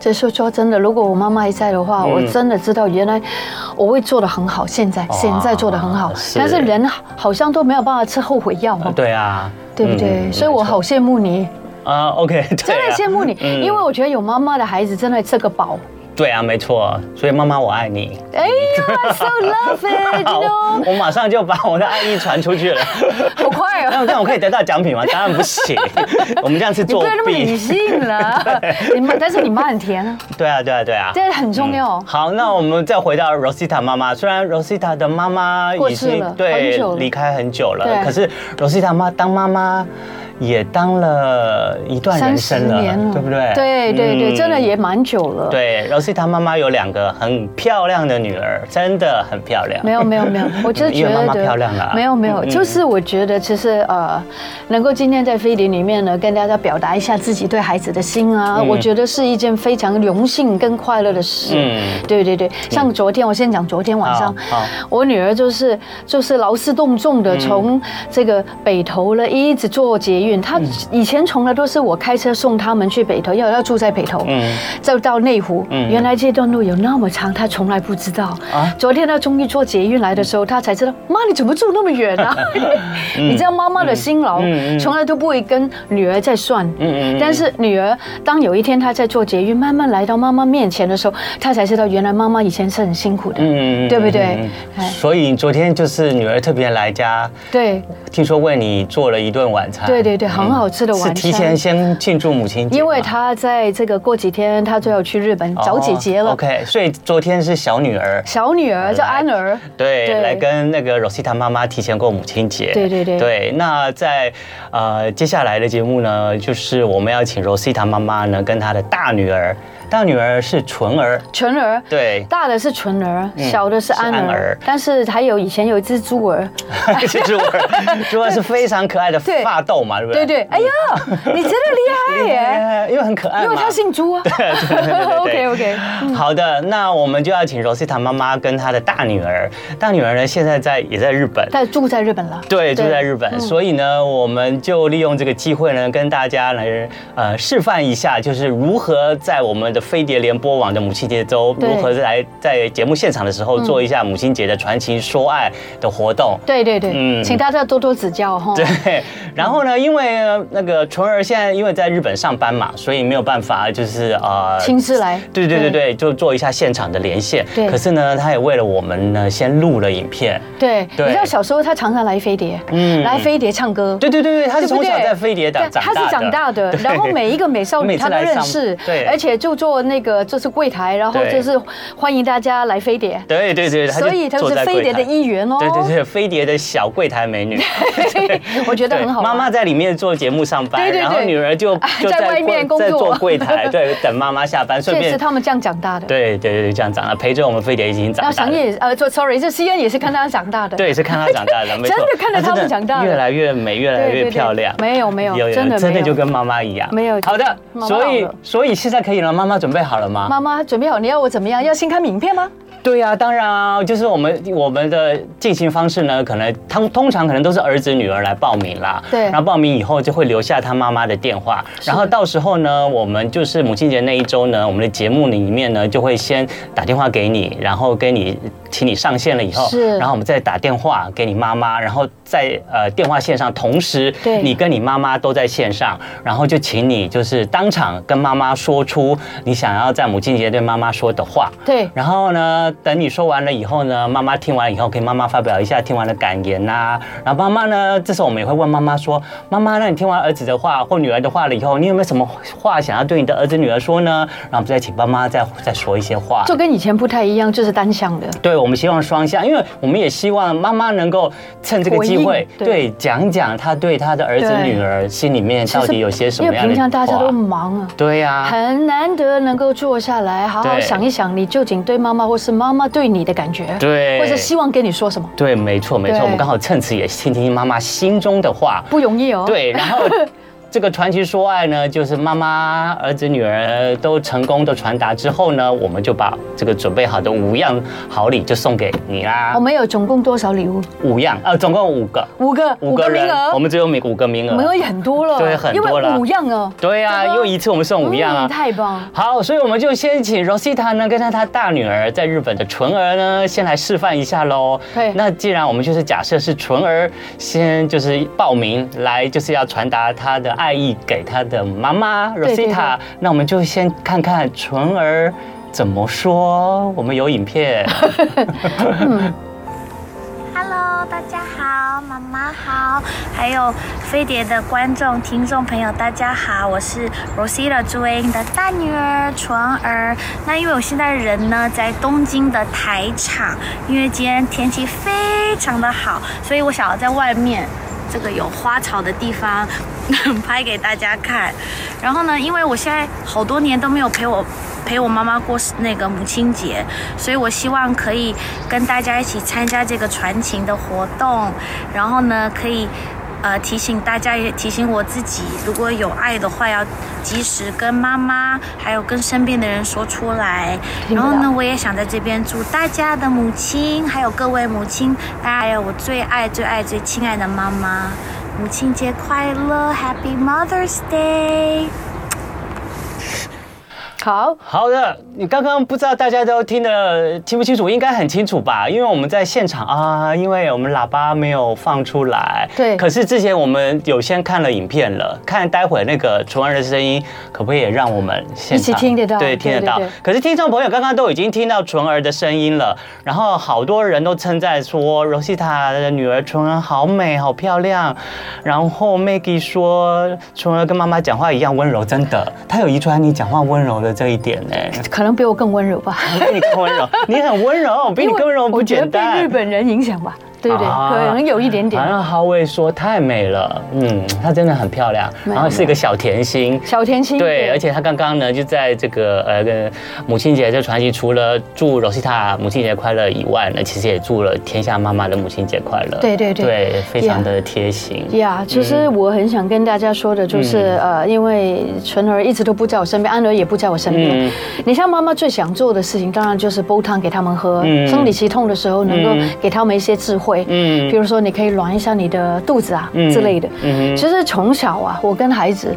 [SPEAKER 2] 这说说真的，如果我妈妈还在的话，
[SPEAKER 3] 嗯啊
[SPEAKER 2] 我真的知道原来我会做的很好，现在现在做的很好，
[SPEAKER 3] 是
[SPEAKER 2] 但是人好像都没有办法吃后悔药哦，
[SPEAKER 3] 对啊，
[SPEAKER 2] 对不对？
[SPEAKER 3] 嗯
[SPEAKER 2] 所以我好羡慕你，
[SPEAKER 3] 啊，OK，对啊
[SPEAKER 2] 真的羡慕你，
[SPEAKER 3] 嗯
[SPEAKER 2] 因为我觉得有妈妈的孩子真的这个宝，
[SPEAKER 3] 对啊，没错，所以妈妈我爱你。
[SPEAKER 2] 哎呀，I so love it，you
[SPEAKER 3] 嗯 好
[SPEAKER 2] know，，
[SPEAKER 3] 我马上就把我的爱意传出去了。
[SPEAKER 2] 好快
[SPEAKER 3] 那
[SPEAKER 2] 哦，
[SPEAKER 3] 这样我可以得到奖品吗？当然 不行，我们这样是
[SPEAKER 2] 你
[SPEAKER 3] 作
[SPEAKER 2] 不要那么理
[SPEAKER 3] 弊。
[SPEAKER 2] 性了。你妈，但是你妈很甜啊，
[SPEAKER 3] 对啊，对啊，对啊。
[SPEAKER 2] 这很重要。
[SPEAKER 3] 好，那我们再回到 Rosita 妈妈。虽然 Rosita 的妈妈
[SPEAKER 2] 过
[SPEAKER 3] 已
[SPEAKER 2] 世
[SPEAKER 3] 经
[SPEAKER 2] 了
[SPEAKER 3] 对
[SPEAKER 2] 很久了
[SPEAKER 3] 离开很久了，
[SPEAKER 2] 对
[SPEAKER 3] 可是 Rosita 妈当妈妈也当了一段人
[SPEAKER 2] 三十
[SPEAKER 3] 生了，
[SPEAKER 2] 年了，
[SPEAKER 3] 对不对？
[SPEAKER 2] 对对对，
[SPEAKER 3] 嗯
[SPEAKER 2] 真的也蛮久了。
[SPEAKER 3] 对。Rosita 妈妈有两个很漂亮的女儿，真的很漂亮。
[SPEAKER 2] 没有没有没有，我就
[SPEAKER 3] 因
[SPEAKER 2] 觉
[SPEAKER 3] 为
[SPEAKER 2] 得
[SPEAKER 3] 妈妈漂亮啊
[SPEAKER 2] 没有没有，
[SPEAKER 3] 嗯嗯
[SPEAKER 2] 就是我觉得其实呃，能够今天在飞碟里面呢，跟大家表达一下自己对孩子的心啊，我觉得是一件非常荣幸跟快乐的事。
[SPEAKER 3] 嗯啊
[SPEAKER 2] 对对对，像昨天，我先讲昨天晚上
[SPEAKER 3] 好好，
[SPEAKER 2] 我女儿就是就是劳师动众
[SPEAKER 3] 嗯
[SPEAKER 2] 的从这个北投了，一直坐捷运。她
[SPEAKER 3] 嗯
[SPEAKER 2] 以前从来都是我开车送他们去北投，因为她住在北投，
[SPEAKER 3] 嗯
[SPEAKER 2] 再到内湖。
[SPEAKER 3] 嗯
[SPEAKER 2] 原来这段路有那么长，她从来不知道
[SPEAKER 3] 啊。
[SPEAKER 2] 昨天她终于坐捷运来的时候，她才知道，妈，你怎么住那么远 啊？你知道妈妈的辛劳
[SPEAKER 3] 嗯嗯嗯，
[SPEAKER 2] 从来都不会跟女儿在算。
[SPEAKER 3] 嗯嗯嗯
[SPEAKER 2] 但是女儿当有一天她在做捷运，慢慢来到妈妈面前的时候，她才知道原来妈妈以前是很辛苦的。
[SPEAKER 3] 嗯
[SPEAKER 2] 对不对
[SPEAKER 3] 嗯嗯嗯
[SPEAKER 2] 哎
[SPEAKER 3] 所以昨天就是女儿特别来家，
[SPEAKER 2] 对
[SPEAKER 3] 听说为你做了一顿晚餐。嗯
[SPEAKER 2] 对对对，很好吃的
[SPEAKER 3] 是
[SPEAKER 2] 晚
[SPEAKER 3] 提前
[SPEAKER 2] 餐。
[SPEAKER 3] 先庆祝母亲节吗，
[SPEAKER 2] 因为她在这个过几天，她就要去日本找姐姐
[SPEAKER 3] 哦
[SPEAKER 2] 了。
[SPEAKER 3] OK，所以昨天是小女儿，
[SPEAKER 2] 小女儿叫安儿，
[SPEAKER 3] 对，
[SPEAKER 2] 对
[SPEAKER 3] 来跟那个 Rosita 妈妈提前过母亲节。
[SPEAKER 2] 对对对
[SPEAKER 3] 对，那在呃接下来的节目呢，就是我们要请 Rosita 妈妈呢跟她的大女儿，大女儿是纯儿，
[SPEAKER 2] 纯儿。。
[SPEAKER 3] 对 嗯
[SPEAKER 2] 大的是纯儿，小的是安
[SPEAKER 3] 是安
[SPEAKER 2] 儿
[SPEAKER 3] 儿，
[SPEAKER 2] 但是还有以前有一只猪儿，
[SPEAKER 3] 是猪儿，猪儿是非常可爱的
[SPEAKER 2] 对
[SPEAKER 3] 发豆嘛，对不
[SPEAKER 2] 对
[SPEAKER 3] 对？
[SPEAKER 2] 对，哎呀，你真的 厉害耶！
[SPEAKER 3] 哎，因为很可爱嘛，
[SPEAKER 2] 因为他 姓朱啊。OK OK，
[SPEAKER 3] 好的，那我们就要请 Rosita 妈妈跟她的大女儿，大女儿呢现在在也在日本，
[SPEAKER 2] 但住在日本了。
[SPEAKER 3] 对，住在日
[SPEAKER 2] 嗯
[SPEAKER 3] 本，所以呢，我们就利用这个机会呢，跟大家来呃示范一下，就是如何在我们的飞碟联播网的母亲节周，
[SPEAKER 2] 对
[SPEAKER 3] 如何来在节目现场的时候做一下母亲节的传情说爱的活动。
[SPEAKER 2] 对对对，
[SPEAKER 3] 嗯
[SPEAKER 2] 请大家多多指教哈。
[SPEAKER 3] 对，然后呢，因为呃那个纯儿现在因为在日本上班嘛，所以没有办法，就是呃，
[SPEAKER 2] 亲自来。
[SPEAKER 3] 对对对对，就做一下现场的连线。
[SPEAKER 2] 对
[SPEAKER 3] 可是呢，他也为了我们呢，先录了影片。
[SPEAKER 2] 对，
[SPEAKER 3] 对
[SPEAKER 2] 你知道小时候他常常来飞碟，
[SPEAKER 3] 嗯
[SPEAKER 2] 来飞碟唱歌。
[SPEAKER 3] 对对对对，他是
[SPEAKER 2] 对不
[SPEAKER 3] 从
[SPEAKER 2] 对
[SPEAKER 3] 小在飞碟
[SPEAKER 2] 对
[SPEAKER 3] 长长
[SPEAKER 2] 他
[SPEAKER 3] 大的。
[SPEAKER 2] 是长大的，然后每一个美少
[SPEAKER 3] 每
[SPEAKER 2] 女
[SPEAKER 3] 次
[SPEAKER 2] 他都
[SPEAKER 3] 来
[SPEAKER 2] 认
[SPEAKER 3] 上
[SPEAKER 2] 识，
[SPEAKER 3] 对
[SPEAKER 2] 而且就做那个就是柜台，然后
[SPEAKER 3] 对
[SPEAKER 2] 就是欢迎大家来飞碟，
[SPEAKER 3] 对对对，
[SPEAKER 2] 所以他
[SPEAKER 3] 就坐
[SPEAKER 2] 是
[SPEAKER 3] 在
[SPEAKER 2] 飞
[SPEAKER 3] 柜
[SPEAKER 2] 碟的
[SPEAKER 3] 台
[SPEAKER 2] 一员哦。
[SPEAKER 3] 对对对，飞碟的小柜台 美女，
[SPEAKER 2] 我觉得
[SPEAKER 3] 对，
[SPEAKER 2] 很好啊玩。
[SPEAKER 3] 妈妈在里面做节目上班，
[SPEAKER 2] 对对对
[SPEAKER 3] 然后女儿就
[SPEAKER 2] 啊
[SPEAKER 3] 就
[SPEAKER 2] 在外
[SPEAKER 3] 柜
[SPEAKER 2] 面工作
[SPEAKER 3] 在做柜 台，对，等妈妈下班，顺
[SPEAKER 2] 确实
[SPEAKER 3] 便
[SPEAKER 2] 他们这样长大的。
[SPEAKER 3] 对对对，这样长大，陪着我们飞碟已经
[SPEAKER 2] 然
[SPEAKER 3] 长
[SPEAKER 2] 后
[SPEAKER 3] 大
[SPEAKER 2] 祥
[SPEAKER 3] 了。
[SPEAKER 2] 也是呃，做 sorry，这西恩也是看他长大的。
[SPEAKER 3] 对，是看她长大的，没错， 啊
[SPEAKER 2] 真的看着她
[SPEAKER 3] 她真
[SPEAKER 2] 们
[SPEAKER 3] 的
[SPEAKER 2] 长大的
[SPEAKER 3] 越来越美，越来
[SPEAKER 2] 对对
[SPEAKER 3] 越
[SPEAKER 2] 对
[SPEAKER 3] 漂亮。
[SPEAKER 2] 没有没有
[SPEAKER 3] 有
[SPEAKER 2] 真的
[SPEAKER 3] 真
[SPEAKER 2] 没
[SPEAKER 3] 的
[SPEAKER 2] 有
[SPEAKER 3] 就跟妈妈一样。
[SPEAKER 2] 没有
[SPEAKER 3] 好的，
[SPEAKER 2] 妈妈
[SPEAKER 3] 所以
[SPEAKER 2] 老了
[SPEAKER 3] 所以现在可以了，妈妈准备好了吗？
[SPEAKER 2] 妈妈准备好你要我怎么样？要先看影片吗？
[SPEAKER 3] 对呀、当然啊，就是我们我们的进行方式呢，可能通通常可能都是儿子女儿来报名啦。
[SPEAKER 2] 对
[SPEAKER 3] 然后报名以后就会留下他妈妈的电话，然后到时候呢，我们就是母亲节那一周呢，我们的节目里面呢就会先打电话给你，然后跟你请你上线了以后，
[SPEAKER 2] 是
[SPEAKER 3] 然后我们再打电话给你妈妈，然后在呃电话线上同时，
[SPEAKER 2] 对
[SPEAKER 3] 你跟你妈妈都在线上，然后就请你就是当场跟妈妈说出你想要在母亲节对妈妈说的话。
[SPEAKER 2] 对，
[SPEAKER 3] 然后呢，等你说完了以后呢，妈妈听完以后，给妈妈发表一下听完的感言呐、然后妈妈呢，这时候我们也会问妈妈说：“妈妈，那你听完儿子的话或女儿的话了以后，你有没有什么话想要对你的儿子女儿说呢？”然后我们再请妈妈再再说一些话。
[SPEAKER 2] 就跟以前不太一样，就是单向的。
[SPEAKER 3] 对，我们希望双向，因为我们也希望妈妈能够趁这个机
[SPEAKER 2] 回
[SPEAKER 3] 会
[SPEAKER 2] 应，对
[SPEAKER 3] 对讲讲她对她的儿子
[SPEAKER 2] 对
[SPEAKER 3] 女儿心里面到底有些什
[SPEAKER 2] 因
[SPEAKER 3] 么
[SPEAKER 2] 为
[SPEAKER 3] 样的话。
[SPEAKER 2] 平常大家都忙啊。
[SPEAKER 3] 对呀、
[SPEAKER 2] 很难得能够坐下来，好好
[SPEAKER 3] 对
[SPEAKER 2] 想一想，你究竟对妈妈或是妈妈对你的感觉，
[SPEAKER 3] 对
[SPEAKER 2] 或者希望跟你说什么，
[SPEAKER 3] 对，没错没错，
[SPEAKER 2] 对
[SPEAKER 3] 我们刚好趁此也听听妈妈心中的话。
[SPEAKER 2] 不容易哦。，
[SPEAKER 3] 对，然后这个传奇说爱呢，就是妈妈、儿子、女儿都成功的传达之后呢，我们就把这个准备好的五样好礼就送给你啦
[SPEAKER 2] 我。们有总共多少礼物？
[SPEAKER 3] 五样，呃，总共五个，
[SPEAKER 2] 五个，
[SPEAKER 3] 五个
[SPEAKER 2] 名
[SPEAKER 3] 人，我
[SPEAKER 2] 额，
[SPEAKER 3] 们只有五个名
[SPEAKER 2] 名额
[SPEAKER 3] 额。
[SPEAKER 2] 也很多了，
[SPEAKER 3] 对很
[SPEAKER 2] 因
[SPEAKER 3] 多了
[SPEAKER 2] 为五样哦。
[SPEAKER 3] 对啊，
[SPEAKER 2] 真的
[SPEAKER 3] 又一次我们送五样啊
[SPEAKER 2] 嗯。太棒了！
[SPEAKER 3] 好，所以我们就先请 Rosita 呢，跟她她大女儿在日本的纯儿呢，先来示范一下喽
[SPEAKER 2] 对。
[SPEAKER 3] 那既然我们就是假设是纯儿先就是报名来，就是要传达她的爱意给她的妈妈
[SPEAKER 2] 对对
[SPEAKER 3] Rosita，那我们就先看看纯儿怎么说？我们有影片。
[SPEAKER 4] Hello，大家好，妈妈好，还有飞碟的观众、听众朋友，大家好，我是 Rosita 朱维英的大女儿纯儿。那因为我现在人呢在东京的台场，因为今天天气非常的好，所以我想要在外面这个有花草的地方拍给大家看。然后呢，因为我现在好多年都没有陪我陪我妈妈过那个母亲节，所以我希望可以跟大家一起参加这个传情的活动，然后呢，可以呃提醒大家，也提醒我自己，如果有爱的话，要及时跟妈妈还有跟身边的人说出来。
[SPEAKER 2] 听
[SPEAKER 4] 然
[SPEAKER 2] 不到
[SPEAKER 4] 后呢，我也想在这边祝大家的母亲，还有各位母亲，大家还有我最爱、最爱、最亲爱的妈妈，母亲节快乐，Happy Mother's Day！
[SPEAKER 2] 好，
[SPEAKER 3] 好的，你刚刚不知道大家都听得清不清楚，应该很清楚吧？因为我们在现场啊，因为我们喇叭没有放出来。
[SPEAKER 2] 对
[SPEAKER 3] 可是之前我们有先看了影片了，看待会那个纯儿的声音，可不可以也让我们现场
[SPEAKER 2] 一起听得到
[SPEAKER 3] 对，
[SPEAKER 2] 对
[SPEAKER 3] 听得到
[SPEAKER 2] 对对。
[SPEAKER 3] 可是听众朋友刚刚都已经听到纯儿的声音了，然后好多人都称赞说柔西塔的女儿纯儿好美，好漂亮。然后 Maggie 说纯儿跟妈妈讲话一样温柔，真的，她有遗传你讲话温柔的这一点呢、
[SPEAKER 2] 可能 比我更温柔吧。
[SPEAKER 3] 比你更温柔，你很温柔， 比你更温柔不简
[SPEAKER 2] 因为我觉得被
[SPEAKER 3] 单
[SPEAKER 2] 日。本人影响吧，对不对？
[SPEAKER 3] 啊
[SPEAKER 2] 可能有一点
[SPEAKER 3] 好
[SPEAKER 2] 点。
[SPEAKER 3] 像哈维说太美了，嗯，她真的很漂亮，
[SPEAKER 2] 没有
[SPEAKER 3] 然后是一个小甜心。
[SPEAKER 2] 小甜心，
[SPEAKER 3] 对，而且她刚刚呢，就在这个呃跟母亲节这传奇，除了祝柔西塔母亲节快乐以外呢，其实也祝了天下妈妈的母亲节快乐。
[SPEAKER 2] 对对对
[SPEAKER 3] 对，非常的贴心。
[SPEAKER 2] 呀其实我很想跟大家说的就是，
[SPEAKER 3] 嗯
[SPEAKER 2] 呃，因为纯儿一直都不在我身边，安儿也不在我身边。
[SPEAKER 3] 嗯
[SPEAKER 2] 你像妈妈最想做的事情，当然就是煲汤给他们喝，
[SPEAKER 3] 嗯
[SPEAKER 2] 生理期痛的时候能够
[SPEAKER 3] 嗯
[SPEAKER 2] 给他们一些智慧。
[SPEAKER 3] 嗯
[SPEAKER 2] 比如说你可以暖一下你的肚子啊
[SPEAKER 3] 嗯
[SPEAKER 2] 之类的。
[SPEAKER 3] 嗯
[SPEAKER 2] 其实从小啊，我跟孩子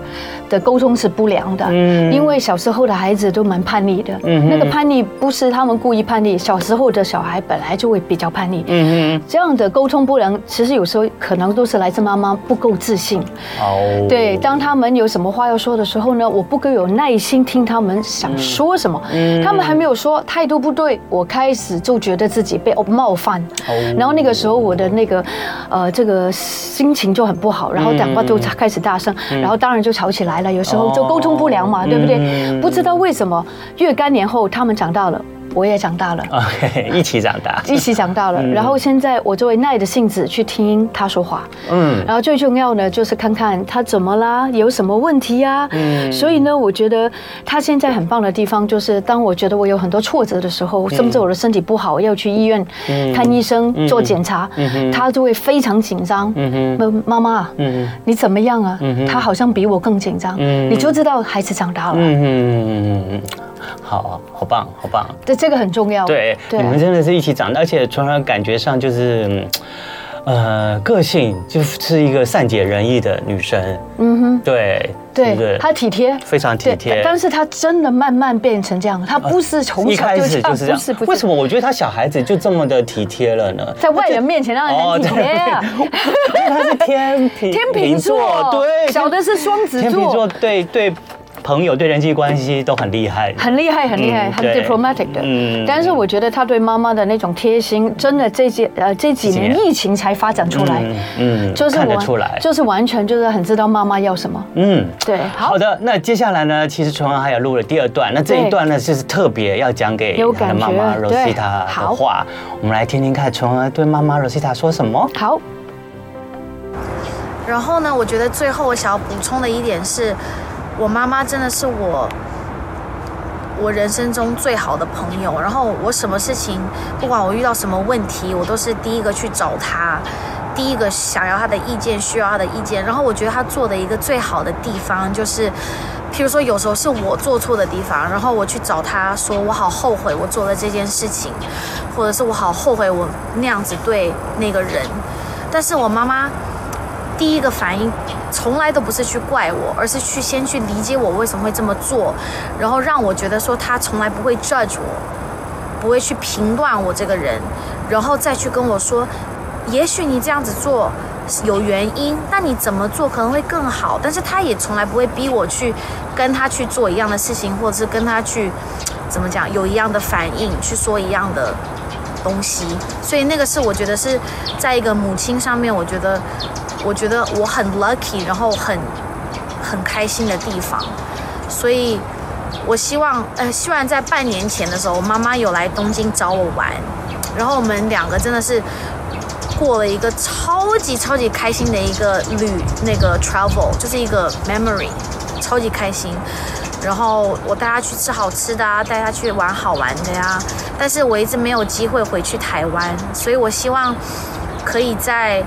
[SPEAKER 2] 的沟通是不良的，
[SPEAKER 3] 嗯
[SPEAKER 2] 因为小时候的孩子都蛮叛逆的。
[SPEAKER 3] 嗯哼
[SPEAKER 2] 那个叛逆不是他们故意叛逆，小时候的小孩本来就会比较叛逆。
[SPEAKER 3] 嗯
[SPEAKER 2] 这样的沟通不良，其实有时候可能都是来自妈妈不够自信。
[SPEAKER 3] 哼，哦，
[SPEAKER 2] 对，当他们有什么话要说的时候呢，我不够有耐心听他们想说什么。
[SPEAKER 3] 嗯
[SPEAKER 2] 他们还没有说，态度不对，我开始就觉得自己被冒犯。
[SPEAKER 3] 哦
[SPEAKER 2] 然后那个时候我的那个，呃，这个心情就很不好，然后讲话就开始大声，然后当然就吵起来了。有时候就沟通不良嘛，
[SPEAKER 3] 嗯哦
[SPEAKER 2] 对不
[SPEAKER 3] 嗯
[SPEAKER 2] 对？不知道为什么，若干年后他们长大了，我也长大了。
[SPEAKER 3] OK，一哦 起长大。
[SPEAKER 2] 一起长大
[SPEAKER 3] 嗯
[SPEAKER 2] 了，然后现在我就会耐着性子去听他说话，
[SPEAKER 3] 嗯
[SPEAKER 2] 然后最重要呢就是看看他怎么啦，有什么问题呀、
[SPEAKER 3] 嗯
[SPEAKER 2] 所以呢，我觉得他现在很棒的地方就是，当我觉得我有很多挫折的时
[SPEAKER 3] 嗯
[SPEAKER 2] 候，甚至我的身体不好要去医院看医生做检查，
[SPEAKER 3] 嗯
[SPEAKER 2] 他就会非常紧张。嗯，妈妈，你怎么样啊？
[SPEAKER 3] 嗯
[SPEAKER 2] 他好像比我更紧张，你就知道孩子长大了，
[SPEAKER 3] 嗯嗯嗯嗯嗯，好好棒，好棒。
[SPEAKER 2] 这这个很重要。
[SPEAKER 3] 对，
[SPEAKER 2] 对
[SPEAKER 3] 你们真的是一起长大，而且纯然感觉上就是，嗯呃，个性就是一个善解人意的女生，
[SPEAKER 2] 嗯哼，
[SPEAKER 3] 对，是不
[SPEAKER 2] 对
[SPEAKER 3] 是
[SPEAKER 2] 他体贴。
[SPEAKER 3] 非常体
[SPEAKER 2] 对，
[SPEAKER 3] 贴
[SPEAKER 2] 但。但是他真的慢慢变成这样，他不是从
[SPEAKER 3] 啊一
[SPEAKER 2] 小
[SPEAKER 3] 开
[SPEAKER 2] 就
[SPEAKER 3] 始就是这
[SPEAKER 2] 不是
[SPEAKER 3] 样
[SPEAKER 2] 不，是。
[SPEAKER 3] 为什么我觉得他小孩子就这么的体贴了呢？
[SPEAKER 2] 在外人面前让人很体贴啊？
[SPEAKER 3] 哦对因为他是天平
[SPEAKER 2] 天秤座，
[SPEAKER 3] 对，
[SPEAKER 2] 小的是双子
[SPEAKER 3] 天秤座，
[SPEAKER 2] 座，
[SPEAKER 3] 对对，朋友对人际关系都很厉害。
[SPEAKER 2] 很厉害，很厉害，
[SPEAKER 3] 嗯
[SPEAKER 2] 很
[SPEAKER 3] 对
[SPEAKER 2] diplomatic 的。
[SPEAKER 3] 嗯
[SPEAKER 2] 但是我觉得他对妈妈的那种贴心，真的这几呃这几年
[SPEAKER 3] 这几年
[SPEAKER 2] 疫情才发展出来，
[SPEAKER 3] 嗯，
[SPEAKER 2] 就是
[SPEAKER 3] 看得
[SPEAKER 2] 完
[SPEAKER 3] 出来，
[SPEAKER 2] 就是完全就是很知道妈妈要什么。
[SPEAKER 3] 嗯。
[SPEAKER 2] 对，
[SPEAKER 3] 好
[SPEAKER 2] 好，
[SPEAKER 3] 的，那接下来呢？其实纯儿还有录了第二段，那这一段呢，就是特别要讲给
[SPEAKER 2] 有
[SPEAKER 3] 他的
[SPEAKER 2] 感觉
[SPEAKER 3] 妈妈
[SPEAKER 2] 对
[SPEAKER 3] Rosita 的
[SPEAKER 2] 好
[SPEAKER 3] 话，我们来听听看纯儿对妈妈 Rosita 说什么。
[SPEAKER 2] 好，
[SPEAKER 4] 然后呢，我觉得最后我想要补充的一点是，我妈妈真的是我我人生中最好的朋友。然后我什么事情，不管我遇到什么问题，我都是第一个去找她，第一个想要她的意见，需要她的意见。然后我觉得她做的一个最好的地方就是。譬如说，有时候是我做错的地方，然后我去找她说，我好后悔我做了这件事情，或者是我好后悔我那样子对那个人。但是我妈妈第一个反应从来都不是去怪我，而是去先去理解我为什么会这么做，然后让我觉得说他从来不会 judge 我，不会去评断我这个人，然后再去跟我说，也许你这样子做有原因，那你怎么做可能会更好。但是他也从来不会逼我去跟他去做一样的事情，或者是跟他去怎么讲有一样的反应，去说一样的东西，所以那个是我觉得是在一个母亲上面，我觉得我觉得我很 lucky，然后很很开心的地方，所以我希望呃，虽然在半年前的时候，我妈妈有来东京找我玩，然后我们两个真的是。过了一个超级超级开心的一个旅那个 travel，就是一个 memory，超级开心。然后我带他去吃好吃的啊，带他去玩好玩的呀、但是我一直没有机会回去台湾，所以我希望可以在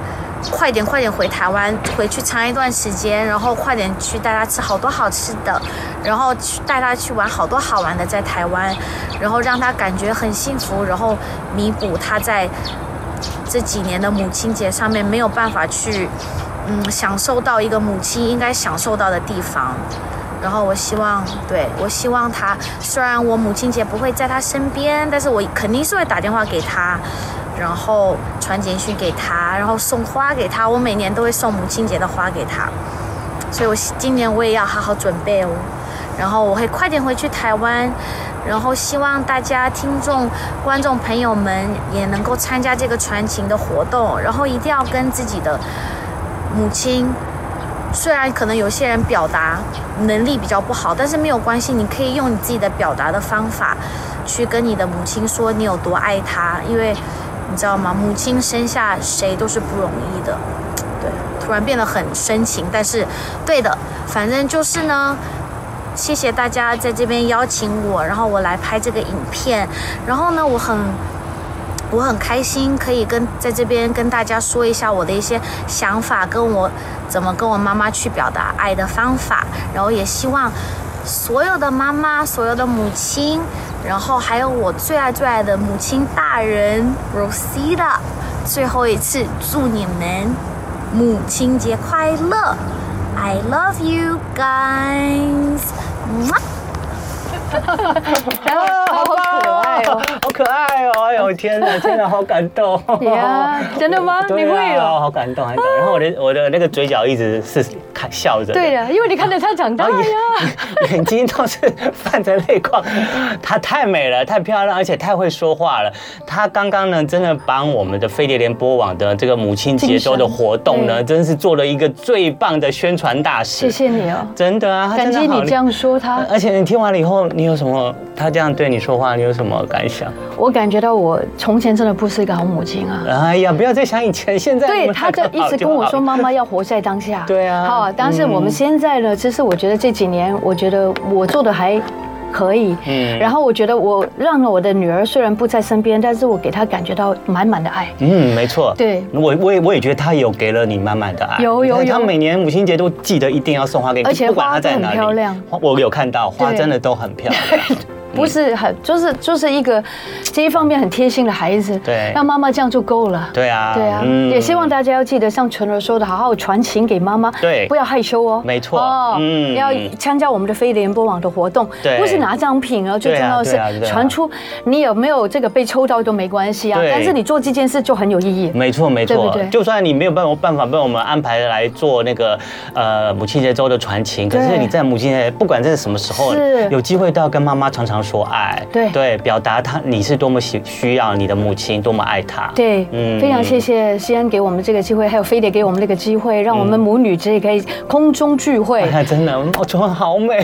[SPEAKER 4] 快点快点回台湾，回去长一段时间，然后快点去带他吃好多好吃的，然后去带他去玩好多好玩的在台湾，然后让他感觉很幸福，然后弥补他在这几年的母亲节上面没有办法去，嗯，享受到一个母亲应该享受到的地方。然后我希望，对我希望他，虽然我母亲节不会在他身边，但是我肯定是会打电话给他，然后传简讯给他，然后送花给他。我每年都会送母亲节的花给他，所以我希今年我也要好好准备哦。然后我会快点回去台湾，然后希望大家听众、观众朋友们也能够参加这个传情的活动，然后一定要跟自己的母亲。虽然可能有些人表达能力比较不好，但是没有关系，你可以用你自己的表达的方法，去跟你的母亲说你有多爱她，因为你知道吗？母亲生下谁都是不容易的。对，突然变得很深情，但是对的，反正就是呢，谢谢大家在这边邀请我，然后我来拍这个影片，然后呢，我很。我很开心可以跟在这边跟大家说一下我的一些想法，跟我怎么跟我妈妈去表达爱的方法，然后也希望所有的妈妈、所有的母亲，然后还有我最爱最爱的母亲大人 Rosita，最后一次祝你们母亲节快乐！I love you guys，么
[SPEAKER 2] 哎
[SPEAKER 3] 啊
[SPEAKER 2] 好可爱哦！
[SPEAKER 3] 好可爱哦！哎呦天 哪，天哪，好感 动！
[SPEAKER 2] 呀真的吗
[SPEAKER 3] 哦对啊
[SPEAKER 2] 你会哦
[SPEAKER 3] 好感动，好感动。然后我的我的那个嘴角一直是看笑着，
[SPEAKER 2] 对，的，因为你看着他长大
[SPEAKER 3] 然后眼
[SPEAKER 2] 呀。
[SPEAKER 3] 眼睛都是泛着泪光。她太美了，太漂亮，而且太会说话了。她刚刚呢，真的帮我们的飞碟联播网的这个母亲节周的活动呢，
[SPEAKER 2] 精神
[SPEAKER 3] 真是做了一个最棒的宣传大
[SPEAKER 2] 谢
[SPEAKER 3] 使。
[SPEAKER 2] 谢你哦，
[SPEAKER 3] 真的啊，她
[SPEAKER 2] 感
[SPEAKER 3] 真的
[SPEAKER 2] 激你
[SPEAKER 3] 好嗯
[SPEAKER 2] 这样说他。
[SPEAKER 3] 而且你听完了以后，你有什么？他这样对你说话，你有什么感想？
[SPEAKER 2] 我感觉到我从前真的不是一个好母亲啊。
[SPEAKER 3] 哎呀，不要再想以前，现在我
[SPEAKER 2] 对，
[SPEAKER 3] 们
[SPEAKER 2] 他就
[SPEAKER 3] 两个
[SPEAKER 2] 一
[SPEAKER 3] 好
[SPEAKER 2] 直
[SPEAKER 3] 就
[SPEAKER 2] 跟我
[SPEAKER 3] 好
[SPEAKER 2] 说：“妈妈要活在当下。”
[SPEAKER 3] 对啊
[SPEAKER 2] 好，但是我们现在呢，其实我觉得这几年，我觉得我做的还。可以，
[SPEAKER 3] 嗯
[SPEAKER 2] 嗯，然后我觉得我让了我的女儿虽然不在身边，但是我给她感觉到满满的爱。
[SPEAKER 3] 嗯，没错，
[SPEAKER 2] 对
[SPEAKER 3] 我我也我也觉得他有给了你满满的爱，
[SPEAKER 2] 有
[SPEAKER 3] 你看
[SPEAKER 2] 有有
[SPEAKER 3] 他每年母亲节都记得一定要送花给你，
[SPEAKER 2] 而且
[SPEAKER 3] 不管他
[SPEAKER 2] 花都
[SPEAKER 3] 在
[SPEAKER 2] 很
[SPEAKER 3] 哪里，
[SPEAKER 2] 漂亮
[SPEAKER 3] 花我有看到花
[SPEAKER 2] 对
[SPEAKER 3] 真的都很漂 亮，
[SPEAKER 2] 不是很，就是就是一个这一方面很贴心的孩子，
[SPEAKER 3] 对
[SPEAKER 2] 让妈妈这样就够了。
[SPEAKER 3] 对啊，
[SPEAKER 2] 对啊，也希望大家要记得像纯儿说的，好好传情给妈妈，
[SPEAKER 3] 对
[SPEAKER 2] 不要害羞哦，
[SPEAKER 3] 没错
[SPEAKER 2] 哦
[SPEAKER 3] 嗯，
[SPEAKER 2] 要参加我们的飞联播网的活动，
[SPEAKER 3] 对
[SPEAKER 2] 不是拿奖品哦，最
[SPEAKER 3] 对啊
[SPEAKER 2] 重要的
[SPEAKER 3] 对啊对
[SPEAKER 2] 是
[SPEAKER 3] 啊
[SPEAKER 2] 传出你有没有这个被抽到都没关系啊，
[SPEAKER 3] 对
[SPEAKER 2] 但是你做这件事就很有意义。
[SPEAKER 3] 没错，没
[SPEAKER 2] 对
[SPEAKER 3] 错
[SPEAKER 2] 不对
[SPEAKER 3] 就算你没有办法办法被我们安排来做那个呃母亲节周的传情，可是
[SPEAKER 2] 对
[SPEAKER 3] 你在母亲节不管在什么时候
[SPEAKER 2] 是，
[SPEAKER 3] 有机会都要跟妈妈常常说爱，
[SPEAKER 2] 对
[SPEAKER 3] 对，表达她你是多么需需要你的母亲，多么爱她，
[SPEAKER 2] 对，
[SPEAKER 3] 嗯
[SPEAKER 2] 非常谢谢西安给我们这个机会，还有飞碟给我们这个机会，让我们母女之间可以空中聚会
[SPEAKER 3] 哎。呀，真的，哦，唇好美，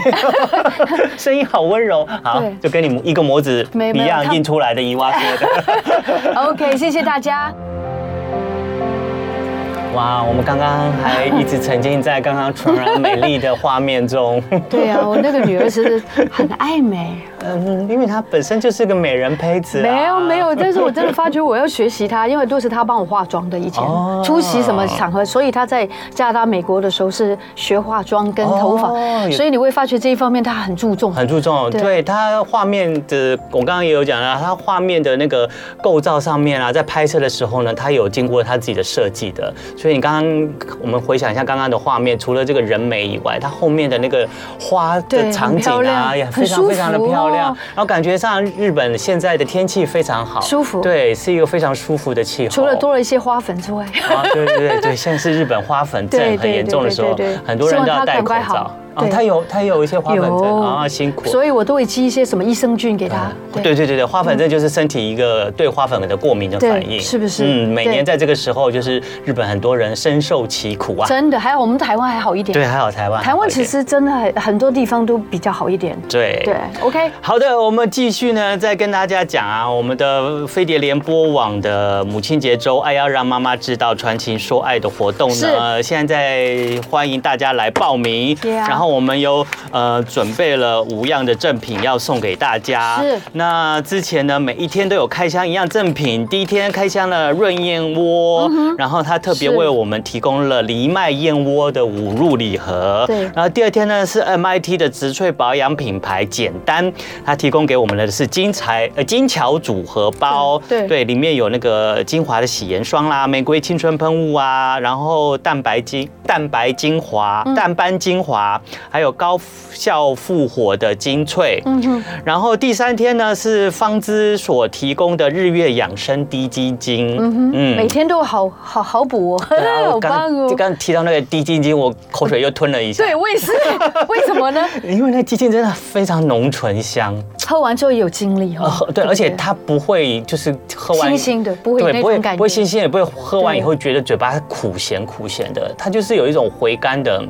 [SPEAKER 3] 声音好温柔，好
[SPEAKER 2] 对，
[SPEAKER 3] 就跟你一个模子
[SPEAKER 2] 没
[SPEAKER 3] 一
[SPEAKER 2] 没有
[SPEAKER 3] 样
[SPEAKER 2] 他
[SPEAKER 3] 印出来的伊娃说的。
[SPEAKER 2] OK，谢谢大 家。
[SPEAKER 3] 哇，我们刚刚还一直沉浸在刚刚纯然美丽的画面中，
[SPEAKER 2] 对啊，我那个女儿其实很爱美。
[SPEAKER 3] 嗯，因为她本身就是个美人胚子、啊，
[SPEAKER 2] 没有没有，但是我真的发觉我要学习她，因为都是她帮我化妆的，以前
[SPEAKER 3] 哦
[SPEAKER 2] 出席什么场合，所以她在加拿大、美国的时候是学化妆跟头发
[SPEAKER 3] 哦，
[SPEAKER 2] 所以你会发觉这一方面她很注重。
[SPEAKER 3] 很注重，
[SPEAKER 2] 对
[SPEAKER 3] 对它画面的，我刚刚也有讲了，它画面的那个构造上面啊，在拍摄的时候呢，它有经过它自己的设计的。所以你刚刚我们回想一下刚刚的画面，除了这个人美以外，它后面的那个花的
[SPEAKER 2] 对
[SPEAKER 3] 场
[SPEAKER 2] 很
[SPEAKER 3] 景
[SPEAKER 2] 漂
[SPEAKER 3] 啊，
[SPEAKER 2] 亮
[SPEAKER 3] 也
[SPEAKER 2] 很
[SPEAKER 3] 非常
[SPEAKER 2] 舒
[SPEAKER 3] 非常的
[SPEAKER 2] 服
[SPEAKER 3] 漂亮
[SPEAKER 2] 哦。
[SPEAKER 3] 然后感觉上日本现在的天气非常好，
[SPEAKER 2] 舒服
[SPEAKER 3] 对，是一个非常舒服的气候。
[SPEAKER 2] 除了多了一些花粉之外，
[SPEAKER 3] 啊，对对对对，现在是日本花粉
[SPEAKER 2] 对
[SPEAKER 3] 症
[SPEAKER 2] 对
[SPEAKER 3] 很严重的时候
[SPEAKER 2] 对对对，
[SPEAKER 3] 很多人都
[SPEAKER 2] 希
[SPEAKER 3] 要
[SPEAKER 2] 望它
[SPEAKER 3] 戴
[SPEAKER 2] 赶
[SPEAKER 3] 口
[SPEAKER 2] 快
[SPEAKER 3] 罩
[SPEAKER 2] 好。
[SPEAKER 3] 啊，
[SPEAKER 2] 对
[SPEAKER 3] 它有它有一些花粉症啊，辛苦。啊
[SPEAKER 2] 所以我都会寄一些什么益生菌给他。
[SPEAKER 3] 对对对对，花粉症就是身体一个对花粉的过敏的反应，
[SPEAKER 2] 对是不是
[SPEAKER 3] 嗯，每
[SPEAKER 2] 对
[SPEAKER 3] 年在这个时候，就是日本很多人深受其苦啊。
[SPEAKER 2] 真的，还好我们台湾还好一点。
[SPEAKER 3] 对，还好台湾还好一点，
[SPEAKER 2] 台湾其实真的很很多地方都比较好一点。
[SPEAKER 3] 对
[SPEAKER 2] 对，OK，
[SPEAKER 3] 好的，我们继续呢，再跟大家讲啊，我们的飞碟联播网的母亲节周爱要让妈妈知道传情说爱的活动呢，现在欢迎大家来报名。
[SPEAKER 2] Yeah
[SPEAKER 3] 然后我们有呃准备了五样的赠品要送给大家。
[SPEAKER 2] 是
[SPEAKER 3] 那之前呢，每一天都有开箱一样赠品，第一天开箱了润燕窝，然后他特别
[SPEAKER 2] 嗯是
[SPEAKER 3] 为我们提供了藜麦燕窝的五入礼盒。
[SPEAKER 2] 对
[SPEAKER 3] 然后第二天呢是 MIT 的植萃保养品牌简单，它提供给我们的是金财呃金巧组合包，
[SPEAKER 2] 对对
[SPEAKER 3] 里面有那个精华的洗颜霜啦、玫瑰青春喷雾啊，然后蛋白精蛋白精华、
[SPEAKER 2] 嗯
[SPEAKER 3] 淡斑精华，还有高效复活的精粹。
[SPEAKER 2] 嗯哼，
[SPEAKER 3] 然后第三天呢是芳姿所提供的日月养生低基精，
[SPEAKER 2] 嗯哼，
[SPEAKER 3] 嗯
[SPEAKER 2] 每天都好好好补、哦，
[SPEAKER 3] 对啊，
[SPEAKER 2] 好
[SPEAKER 3] 我刚
[SPEAKER 2] 棒哦
[SPEAKER 3] 刚。刚提到那个低基精，我口水又吞了一下。
[SPEAKER 2] 对，我也是。为什么呢？
[SPEAKER 3] 因为那鸡精真的非常浓醇香，
[SPEAKER 2] 喝完之后有精力
[SPEAKER 3] 呃
[SPEAKER 2] 哦。
[SPEAKER 3] 对，
[SPEAKER 2] 不
[SPEAKER 3] 而且它不会就是喝完
[SPEAKER 2] 清新的不会有
[SPEAKER 3] 对
[SPEAKER 2] 那
[SPEAKER 3] 不会
[SPEAKER 2] 种感觉
[SPEAKER 3] 不会清新，也不会喝完以
[SPEAKER 2] 对
[SPEAKER 3] 后觉得嘴巴苦咸苦咸的，它就是有一种回甘的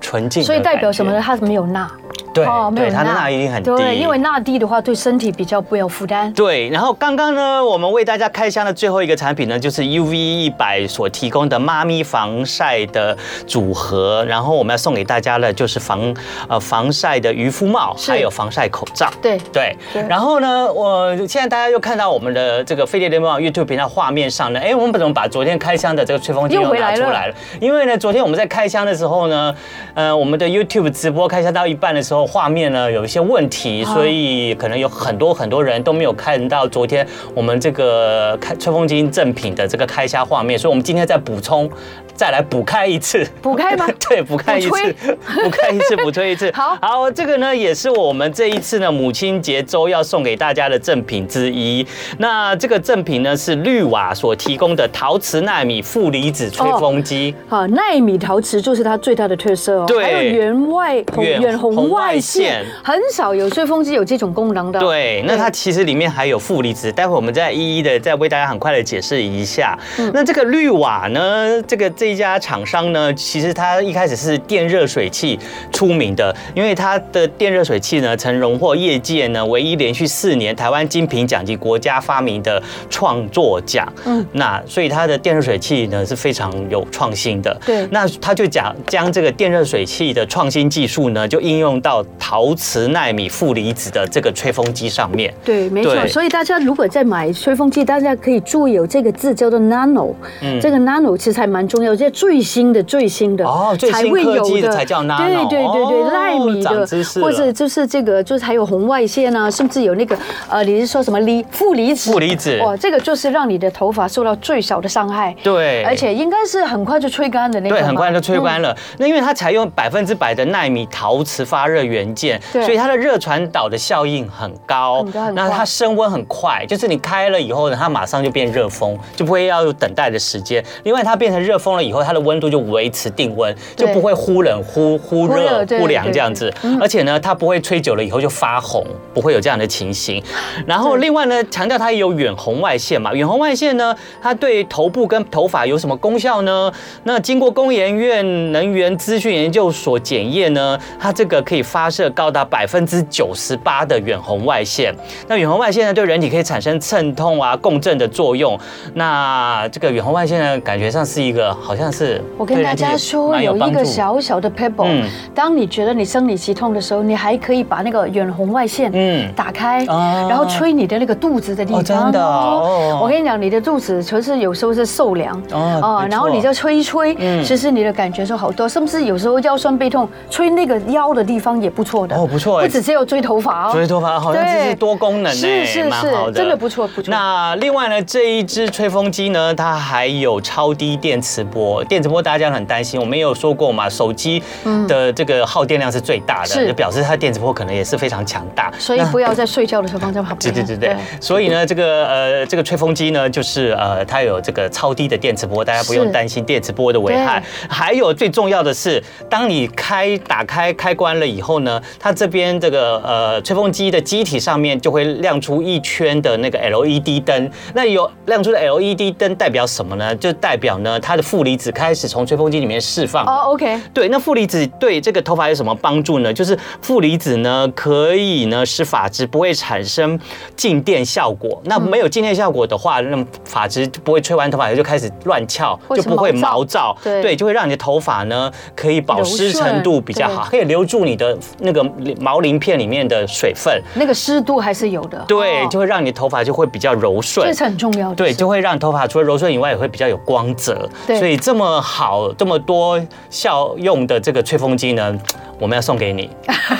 [SPEAKER 3] 纯净的
[SPEAKER 2] 所以代表
[SPEAKER 3] 感觉
[SPEAKER 2] 什么呢？？它没有钠。哦
[SPEAKER 3] 对，
[SPEAKER 2] 没有
[SPEAKER 3] 对，它钠一定很低，
[SPEAKER 2] 对，因为钠低的话对身体比较不有负担。
[SPEAKER 3] 对，然后刚刚呢，我们为大家开箱的最后一个产品呢，就是 UV 一百所提供的妈咪防晒的组合，然后我们要送给大家的就是防呃防晒的渔夫帽，
[SPEAKER 2] 是
[SPEAKER 3] 还有防晒口罩。
[SPEAKER 2] 对，
[SPEAKER 3] 对
[SPEAKER 2] 对，
[SPEAKER 3] 然后呢，我现在大家又看到我们的这个飞碟联盟网 YouTube 频道画面上呢，哎，我们怎么把昨天开箱的这个吹风机
[SPEAKER 2] 又
[SPEAKER 3] 又
[SPEAKER 2] 回
[SPEAKER 3] 拿
[SPEAKER 2] 来
[SPEAKER 3] 出
[SPEAKER 2] 了
[SPEAKER 3] 来了？因为呢，昨天我们在开箱的时候呢，呃，我们的 YouTube 直播开箱到一半的时候，画面呢有一些问题，
[SPEAKER 2] 啊
[SPEAKER 3] 所以可能有很多很多人都没有看到昨天我们这个开吹风机正品的这个开箱画面，所以我们今天再补充，再来补开一次。
[SPEAKER 2] 补开吗
[SPEAKER 3] 对，补开一
[SPEAKER 2] 补
[SPEAKER 3] 次
[SPEAKER 2] 吹，
[SPEAKER 3] 补开一次，补吹一次。
[SPEAKER 2] 好
[SPEAKER 3] 好，这个呢也是我们这一次呢母亲节周要送给大家的赠品之一。那这个赠品呢是绿瓦所提供的陶瓷纳米负离子吹风机，
[SPEAKER 2] 啊，纳米陶瓷就是它最大的特色哦。
[SPEAKER 3] 对
[SPEAKER 2] 还有圆外红
[SPEAKER 3] 远
[SPEAKER 2] 远红
[SPEAKER 3] 红外
[SPEAKER 2] 外线
[SPEAKER 3] 线，
[SPEAKER 2] 很少有吹风机有这种功能的。
[SPEAKER 3] 对，那它其实里面还有负离子，待会我们再一一的再为大家很快的解释一下。那这个绿瓦呢，这个这一家厂商呢，其实它一开始是电热水器出名的，因为它的电热水器呢，曾荣获业界呢唯一连续四年台湾金品奖及国家发明的创作奖。嗯，那所以它的电热水器呢是非常有创新的。
[SPEAKER 2] 对
[SPEAKER 3] 那他就讲将这个电热水器的创新技术呢，就应用到陶瓷纳米负离子的这个吹风机上面。
[SPEAKER 2] 对，没错
[SPEAKER 3] 对。
[SPEAKER 2] 所以大家如果在买吹风机，大家可以注意有这个字叫做 nano，、这
[SPEAKER 3] 嗯
[SPEAKER 2] 个 nano 其实还蛮重要，这最新的最新的
[SPEAKER 3] 哦最新科技的才叫 nano
[SPEAKER 2] 对对对对
[SPEAKER 3] 哦，
[SPEAKER 2] 纳米
[SPEAKER 3] 长知识
[SPEAKER 2] 的，
[SPEAKER 3] 了
[SPEAKER 2] 或者就是这个就是还有红外线啊，甚至有那个呃，你是说什么离负离子？
[SPEAKER 3] 负离子
[SPEAKER 2] 哇，这个就是让你的头发受到最小的伤害。
[SPEAKER 3] 对
[SPEAKER 2] 而且应该是很快就吹干的那嗯种吧。
[SPEAKER 3] 对，很快就吹干了。那因为它采用百分之百的纳米陶瓷发热元件，
[SPEAKER 2] 对
[SPEAKER 3] 所以它的热传导的效应很高
[SPEAKER 2] 很高很。
[SPEAKER 3] 那它
[SPEAKER 2] 快
[SPEAKER 3] 升温很快，就是你开了以后呢，它马上就变热风，就不会要有等待的时间。另外，它变成热风了以后，它的温度就维持定温，就
[SPEAKER 2] 对
[SPEAKER 3] 不会忽冷忽忽
[SPEAKER 2] 忽
[SPEAKER 3] 热
[SPEAKER 2] 热对
[SPEAKER 3] 忽凉
[SPEAKER 2] 对嗯
[SPEAKER 3] 这样子。而且呢，它不会吹久了以后就发红，不会有这样的情形。 然后
[SPEAKER 2] 对
[SPEAKER 3] 另外呢，强调它也有远红外线嘛，远红外线呢，它对头部跟头发有什么功效呢？那经过工研院能源资讯研究所检验呢，它这个可以发射高达百分之九十八的远红外线。那远红外线呢，对人体可以产生镇痛啊、共振的作用。那这个远红外线呢，感觉上是一个好像是
[SPEAKER 2] 我跟
[SPEAKER 3] 对
[SPEAKER 2] 大
[SPEAKER 3] 人体
[SPEAKER 2] 家
[SPEAKER 3] 也
[SPEAKER 2] 说，
[SPEAKER 3] 蛮
[SPEAKER 2] 有一
[SPEAKER 3] 帮
[SPEAKER 2] 个
[SPEAKER 3] 助
[SPEAKER 2] 小小的 pebble，、
[SPEAKER 3] 嗯
[SPEAKER 2] 当你觉得你生理期痛的时候，你还可以把那个远红外线
[SPEAKER 3] 嗯
[SPEAKER 2] 打开，
[SPEAKER 3] 啊
[SPEAKER 2] 然后吹你的那个肚子的地
[SPEAKER 3] 哦
[SPEAKER 2] 方。
[SPEAKER 3] 真的哦
[SPEAKER 2] 我跟你讲，你的肚子其实有时候是受凉
[SPEAKER 3] 哦没错
[SPEAKER 2] 然后你就吹一吹，
[SPEAKER 3] 嗯
[SPEAKER 2] 其实你的感觉就好多，甚至有时候腰酸背痛，吹那个腰的地方也不错的
[SPEAKER 3] 哦不错哎
[SPEAKER 2] 不只是有追头发哦，
[SPEAKER 3] 所以头发好像这是
[SPEAKER 2] 对
[SPEAKER 3] 多功能呢、
[SPEAKER 2] 是是
[SPEAKER 3] 蛮好
[SPEAKER 2] 是，真的不错不错。
[SPEAKER 3] 那另外呢，这一支吹风机呢，它还有超低电磁波。电磁波大家很担心，我们也有说过嘛，手机的这个耗电量是最大的，
[SPEAKER 2] 是
[SPEAKER 3] 就表示它电磁波可能也是非常强大。
[SPEAKER 2] 所以不要在睡觉的时候放在旁
[SPEAKER 3] 对
[SPEAKER 2] 边。
[SPEAKER 3] 对对对，所以呢，这个呃，这个吹风机呢，就是呃，它有这个超低的电磁波，大家不用
[SPEAKER 2] 是
[SPEAKER 3] 担心电磁波的危害。还有最重要的是，当你开打开开关了以后呢，它这边这个呃吹风机的机体上面就会亮出一圈的那个 LED 灯。那有亮出的 LED 灯代表什么呢？就代表呢，它的负离子开始从吹风机里面释放。
[SPEAKER 2] 哦，OK，
[SPEAKER 3] 对，那负离子对这个头发有什么帮助呢？就是负离子呢，可以呢使发质不会产生静电效果。那
[SPEAKER 2] 嗯
[SPEAKER 3] 没有静电效果的话，那么发质就不会吹完头发就开始乱翘，
[SPEAKER 2] 或
[SPEAKER 3] 就是不会毛
[SPEAKER 2] 毛
[SPEAKER 3] 躁
[SPEAKER 2] 躁，对
[SPEAKER 3] 就会让你的头发呢可以保
[SPEAKER 2] 柔
[SPEAKER 3] 湿程
[SPEAKER 2] 顺
[SPEAKER 3] 度比较好，可以留住你的那个毛鳞片里面的水分，
[SPEAKER 2] 那个湿度还是有的。
[SPEAKER 3] 对，
[SPEAKER 2] 哦
[SPEAKER 3] 就会让你头发就会比较柔顺。
[SPEAKER 2] 这是很重要的。
[SPEAKER 3] 对，就会让头发除了柔顺以外，也会比较有光泽。
[SPEAKER 2] 对
[SPEAKER 3] 所以这么好、这么多效用的这个吹风机呢，我们要送 给你。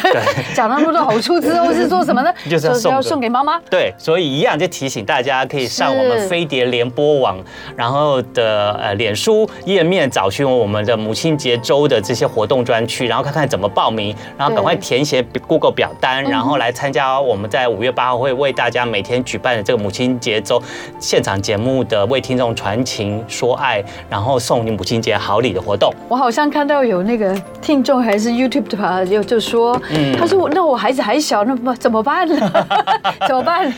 [SPEAKER 3] 对。？
[SPEAKER 2] 讲那么多好处之后是做什么呢
[SPEAKER 3] 就是要送的
[SPEAKER 2] 要送给妈妈。
[SPEAKER 3] 对，所以一样就提醒大家，可以上我们
[SPEAKER 2] 是
[SPEAKER 3] 飞碟联播网，然后的呃脸书页面找寻我们的母亲节周的这些活动专区，然后看看怎么报名，然后赶快
[SPEAKER 2] 对
[SPEAKER 3] 填写 Google 表单，然后来参加我们在五月八号会为大家每天举办的这个母亲节周现场节目的为听众传情说爱，然后送你母亲节好礼的活动。
[SPEAKER 2] 我好像看到有那个听众还是 YouTube 的吧，有就说，
[SPEAKER 3] 嗯
[SPEAKER 2] 他说我那我孩子还小，那么怎么办 呢？ 怎么办呢？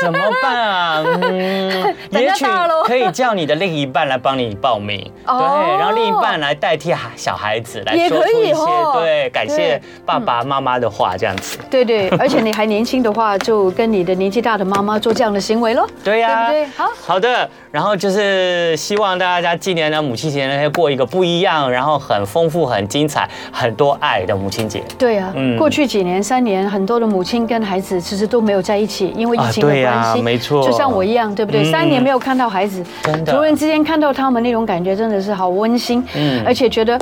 [SPEAKER 3] 怎么 办啊？嗯，
[SPEAKER 2] 等
[SPEAKER 3] 也
[SPEAKER 2] 他
[SPEAKER 3] 许
[SPEAKER 2] 大咯
[SPEAKER 3] 可以叫你的另一半来帮你报名，
[SPEAKER 2] 哦
[SPEAKER 3] 对，然后另一半来代替小孩子来
[SPEAKER 2] 也
[SPEAKER 3] 说出
[SPEAKER 2] 可
[SPEAKER 3] 一
[SPEAKER 2] 以
[SPEAKER 3] 些
[SPEAKER 2] 哦
[SPEAKER 3] 对感谢
[SPEAKER 2] 对
[SPEAKER 3] 爸爸妈妈的话，这样子。
[SPEAKER 2] 对对，而且你还年轻的话，就跟你的年纪大的妈妈做这样的行为咯。
[SPEAKER 3] 对呀、
[SPEAKER 2] 对不对？好，
[SPEAKER 3] 好的。然后就是希望大家今年的母亲节呢，可以过一个不一样，然后很丰富、很精彩、很多爱的母亲节。
[SPEAKER 2] 对呀、啊，
[SPEAKER 3] 嗯
[SPEAKER 2] 过去几年三年，很多的母亲跟孩子其实都没有在一起，因为疫情的
[SPEAKER 3] 啊对呀
[SPEAKER 2] 关系，
[SPEAKER 3] 没错
[SPEAKER 2] 就像我一样，对不对？
[SPEAKER 3] 嗯
[SPEAKER 2] 三年没有看到孩子，
[SPEAKER 3] 真的
[SPEAKER 2] 突然之间看到他们那种感觉，真的是好温馨，
[SPEAKER 3] 嗯
[SPEAKER 2] 而且觉得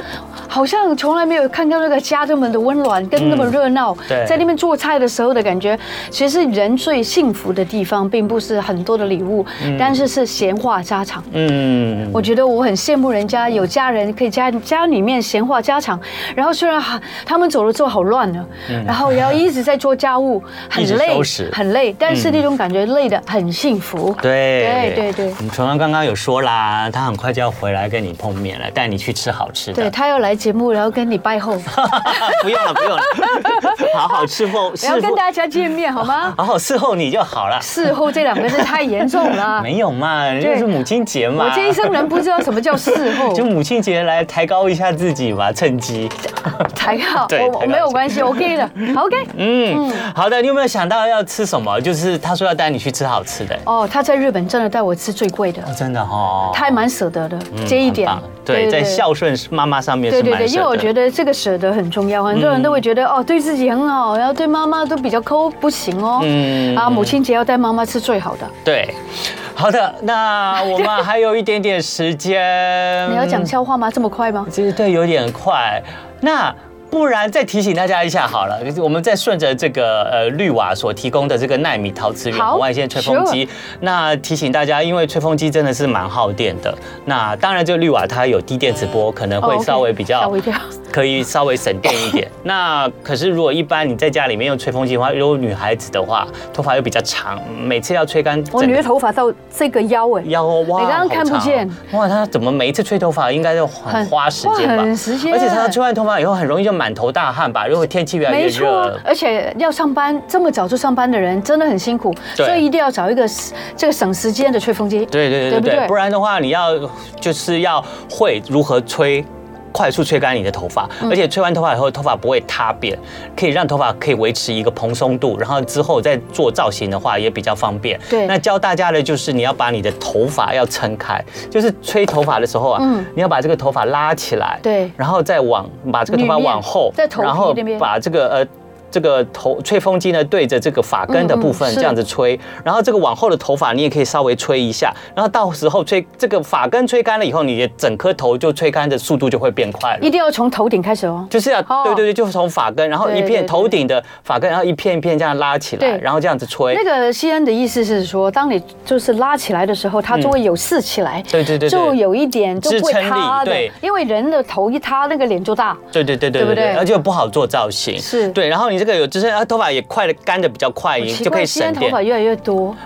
[SPEAKER 2] 好像从来没有看到那个家这么的温暖，跟那么热闹，
[SPEAKER 3] 嗯对
[SPEAKER 2] 在那边做菜的时候的感觉，其实人最幸福的地方，并不是很多的礼物，但是是闲话家常。
[SPEAKER 3] 嗯，
[SPEAKER 2] 我觉得我很羡慕人家有家人可以家家里面闲话家常，然后虽然哈他们走了之后好乱呢，然后也要一直在做家务，很
[SPEAKER 3] 嗯 一直
[SPEAKER 2] 累
[SPEAKER 3] 收拾，嗯
[SPEAKER 2] 很累，但是那种感觉累的很幸福。
[SPEAKER 3] 对
[SPEAKER 2] 对对对
[SPEAKER 3] 我们纯刚刚有说啦，他很快就要回来跟你碰面了，带你去吃好吃的。
[SPEAKER 2] 对他要来节目，然后跟你拜 后，
[SPEAKER 3] 不用了，不用了， 好好伺候，
[SPEAKER 2] 然后
[SPEAKER 3] 伺
[SPEAKER 2] 跟
[SPEAKER 3] 候，
[SPEAKER 2] 大家见面好 吗？
[SPEAKER 3] 好好伺候你就好了。
[SPEAKER 2] 事后这两个字太严重了，
[SPEAKER 3] 没有嘛，
[SPEAKER 2] 对
[SPEAKER 3] 就是母亲节嘛。
[SPEAKER 2] 我这一生人不知道什么叫事后
[SPEAKER 3] 就母亲节来抬高一下自己嘛，趁机。
[SPEAKER 2] 才好，
[SPEAKER 3] 对
[SPEAKER 2] 我我
[SPEAKER 3] 才好
[SPEAKER 2] 没有关系，OK 的好，OK。
[SPEAKER 3] 嗯，好的，你有没有想到要吃什么？就是他说要带你去吃好吃的，
[SPEAKER 2] 哦，他在日本真的带我吃最贵的，
[SPEAKER 3] 哦真的哦，
[SPEAKER 2] 他还蛮舍得的，
[SPEAKER 3] 嗯
[SPEAKER 2] 这一点
[SPEAKER 3] 很棒。对，在孝顺妈妈上面是
[SPEAKER 2] 对对
[SPEAKER 3] 蛮
[SPEAKER 2] 对，因为
[SPEAKER 3] 舍
[SPEAKER 2] 我
[SPEAKER 3] 得嗯
[SPEAKER 2] 觉得这个舍得很重要，很多人都会觉得、哦，对自己很好，然后对妈妈都比较抠，不行哦。
[SPEAKER 3] 嗯
[SPEAKER 2] 啊，母亲节要带妈妈吃最好的。
[SPEAKER 3] 对。好的，那我们还有一点点时 间。
[SPEAKER 2] 你要讲笑话吗？这么快吗？
[SPEAKER 3] 这对有点快。那不然再提醒大家一下好了，我们再顺着这个呃绿瓦所提供的这个纳米陶瓷远
[SPEAKER 2] 好
[SPEAKER 3] 红外线吹风机，那提醒大家，因为吹风机真的是蛮耗电的。那当然，这个绿瓦它有低电磁波，可能
[SPEAKER 2] 哦
[SPEAKER 3] 会
[SPEAKER 2] ，OK，
[SPEAKER 3] 稍微比较
[SPEAKER 2] 吓我一跳
[SPEAKER 3] 可以稍微省电 一点。那可是如果一般你在家里面用吹风机的话，如果女孩子的话，头发又比较长，每次要吹干整个，
[SPEAKER 2] 我哦女儿头发到这个腰哎，
[SPEAKER 3] 要哦哇，
[SPEAKER 2] 你刚刚看不
[SPEAKER 3] 好长哦
[SPEAKER 2] 见
[SPEAKER 3] 哇，她怎么每一次吹头发应该就很
[SPEAKER 2] 很
[SPEAKER 3] 花时间吧？
[SPEAKER 2] 哇很时间
[SPEAKER 3] 而且她吹完头发以后很容易就满头大汗吧？如果天气越来越
[SPEAKER 2] 没错
[SPEAKER 3] 热，，
[SPEAKER 2] 而且要上班这么早就上班的人真的很辛苦，
[SPEAKER 3] 对
[SPEAKER 2] 所以一定要找一个这个省时间的吹风机。
[SPEAKER 3] 对对对
[SPEAKER 2] 对不
[SPEAKER 3] 对对，
[SPEAKER 2] 对
[SPEAKER 3] 不然的话你要就是要会如何吹。快速吹干你的头发，
[SPEAKER 2] 嗯
[SPEAKER 3] 而且吹完头发以后，头发不会塌扁，可以让头发可以维持一个蓬松度，然后之后再做造型的话也比较方便。
[SPEAKER 2] 对
[SPEAKER 3] 那教大家的就是你要把你的头发要撑开，就是吹头发的时候啊，
[SPEAKER 2] 嗯
[SPEAKER 3] 你要把这个头发拉起来，
[SPEAKER 2] 对
[SPEAKER 3] 然后再往把这个头发
[SPEAKER 2] 里面
[SPEAKER 3] 往后，
[SPEAKER 2] 在头皮
[SPEAKER 3] 然后
[SPEAKER 2] 那边
[SPEAKER 3] 把这个呃这个头吹风机呢对着这个发根的部
[SPEAKER 2] 嗯
[SPEAKER 3] 分
[SPEAKER 2] 嗯是
[SPEAKER 3] 这样子吹，然后这个往后的头发你也可以稍微吹一下，然后到时候吹这个发根吹干了以后，你的整颗头就吹干的速度就会变快了。
[SPEAKER 2] 一定要从头顶开始哦。
[SPEAKER 3] 就是要、
[SPEAKER 2] 哦
[SPEAKER 3] 对对对，就是从发根，然后一
[SPEAKER 2] 对对
[SPEAKER 3] 片
[SPEAKER 2] 对
[SPEAKER 3] 头顶的发根，然后一片一片这样拉起来，
[SPEAKER 2] 对
[SPEAKER 3] 然后这样子吹。
[SPEAKER 2] 那个西恩的意思是说，当你就是拉起来的时候，它就会有四起来，
[SPEAKER 3] 对对对对
[SPEAKER 2] 就有一点就不会
[SPEAKER 3] 支撑力
[SPEAKER 2] 塌的
[SPEAKER 3] 对，
[SPEAKER 2] 因为人的头一塌，那个脸就大。哦
[SPEAKER 3] 对对对对
[SPEAKER 2] 对
[SPEAKER 3] 对
[SPEAKER 2] 不
[SPEAKER 3] 对，
[SPEAKER 2] 对
[SPEAKER 3] 而且不好做造型。
[SPEAKER 2] 是
[SPEAKER 3] 对，然后你这个有支撑，然后头发也快的干的比较快，你
[SPEAKER 2] 奇
[SPEAKER 3] 就可
[SPEAKER 2] 怪，
[SPEAKER 3] 以
[SPEAKER 2] 西
[SPEAKER 3] 省
[SPEAKER 2] 恩头
[SPEAKER 3] 电
[SPEAKER 2] 发。越来越多，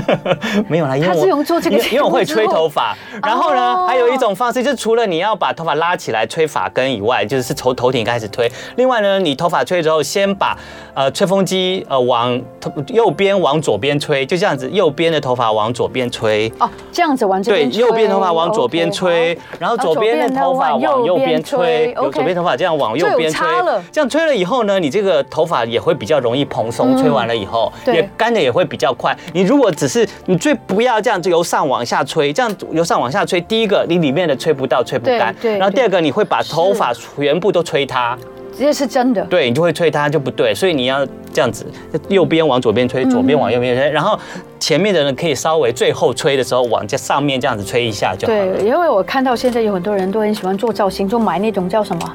[SPEAKER 3] 没有啦，因为
[SPEAKER 2] 他
[SPEAKER 3] 我
[SPEAKER 2] 自从做这个
[SPEAKER 3] 因为
[SPEAKER 2] 节目
[SPEAKER 3] 因为我会吹
[SPEAKER 2] 之后
[SPEAKER 3] 头发，然后呢，
[SPEAKER 2] 哦
[SPEAKER 3] 还有一种方式，就是除了你要把头发拉起来吹发根以外，就是从头顶开始吹。另外呢，你头发吹之后，先把呃吹风机呃往头右边往左边吹，就这样子，右边的头发往左边吹。
[SPEAKER 2] 哦，这样子往这
[SPEAKER 3] 对，
[SPEAKER 2] 边吹，哦
[SPEAKER 3] 右边头发往左边
[SPEAKER 2] OK，
[SPEAKER 3] 吹
[SPEAKER 2] 好，
[SPEAKER 3] 然后
[SPEAKER 2] 啊
[SPEAKER 3] 左
[SPEAKER 2] 左
[SPEAKER 3] 边
[SPEAKER 2] 边
[SPEAKER 3] 的头
[SPEAKER 2] 呢往
[SPEAKER 3] 发往
[SPEAKER 2] 右
[SPEAKER 3] 右
[SPEAKER 2] 边
[SPEAKER 3] 边吹，
[SPEAKER 2] 吹
[SPEAKER 3] 有左
[SPEAKER 2] OK
[SPEAKER 3] 边头发这样往右
[SPEAKER 2] 就有
[SPEAKER 3] 边吹
[SPEAKER 2] 差了，
[SPEAKER 3] 这样吹了以后呢，你这个头发也会比较容易蓬松，吹完了以后
[SPEAKER 2] 嗯对
[SPEAKER 3] 也干的也会比较快。你如果只是你最不要这样子由上往下吹，这样由上往下吹，第一个你里面的吹不到，吹不
[SPEAKER 2] 对
[SPEAKER 3] 干，
[SPEAKER 2] 对
[SPEAKER 3] 然后
[SPEAKER 2] 对
[SPEAKER 3] 第二个你会把头发全部都吹塌，
[SPEAKER 2] 这是真的。
[SPEAKER 3] 对你就会吹它就不对，所以你要这样子，右边往左边
[SPEAKER 2] 嗯
[SPEAKER 3] 吹，左边往右边吹，然后前面的人可以稍微最后吹的时候往这上面这样子吹一下就好了。
[SPEAKER 2] 对，因为我看到现在有很多人都很喜欢做造型，就买那种叫什么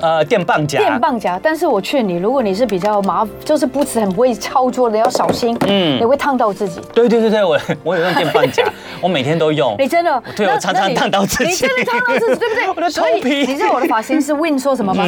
[SPEAKER 3] 呃，电棒夹，
[SPEAKER 2] 电棒夹。但是我劝你，如果你是比较麻，就是不是很不会操作的，要小心，嗯，你会烫到自己。
[SPEAKER 3] 对对对对，我我有用电棒 夹，我每天都用。
[SPEAKER 2] 你哎真的，哦
[SPEAKER 3] 对
[SPEAKER 2] 那
[SPEAKER 3] 我常常
[SPEAKER 2] 那你
[SPEAKER 3] 烫到自己
[SPEAKER 2] 你真的烫到自己，对不对？
[SPEAKER 3] 我的头
[SPEAKER 2] 所以
[SPEAKER 3] 皮嗯
[SPEAKER 2] 你知道我的发型师 Win 说什么吗？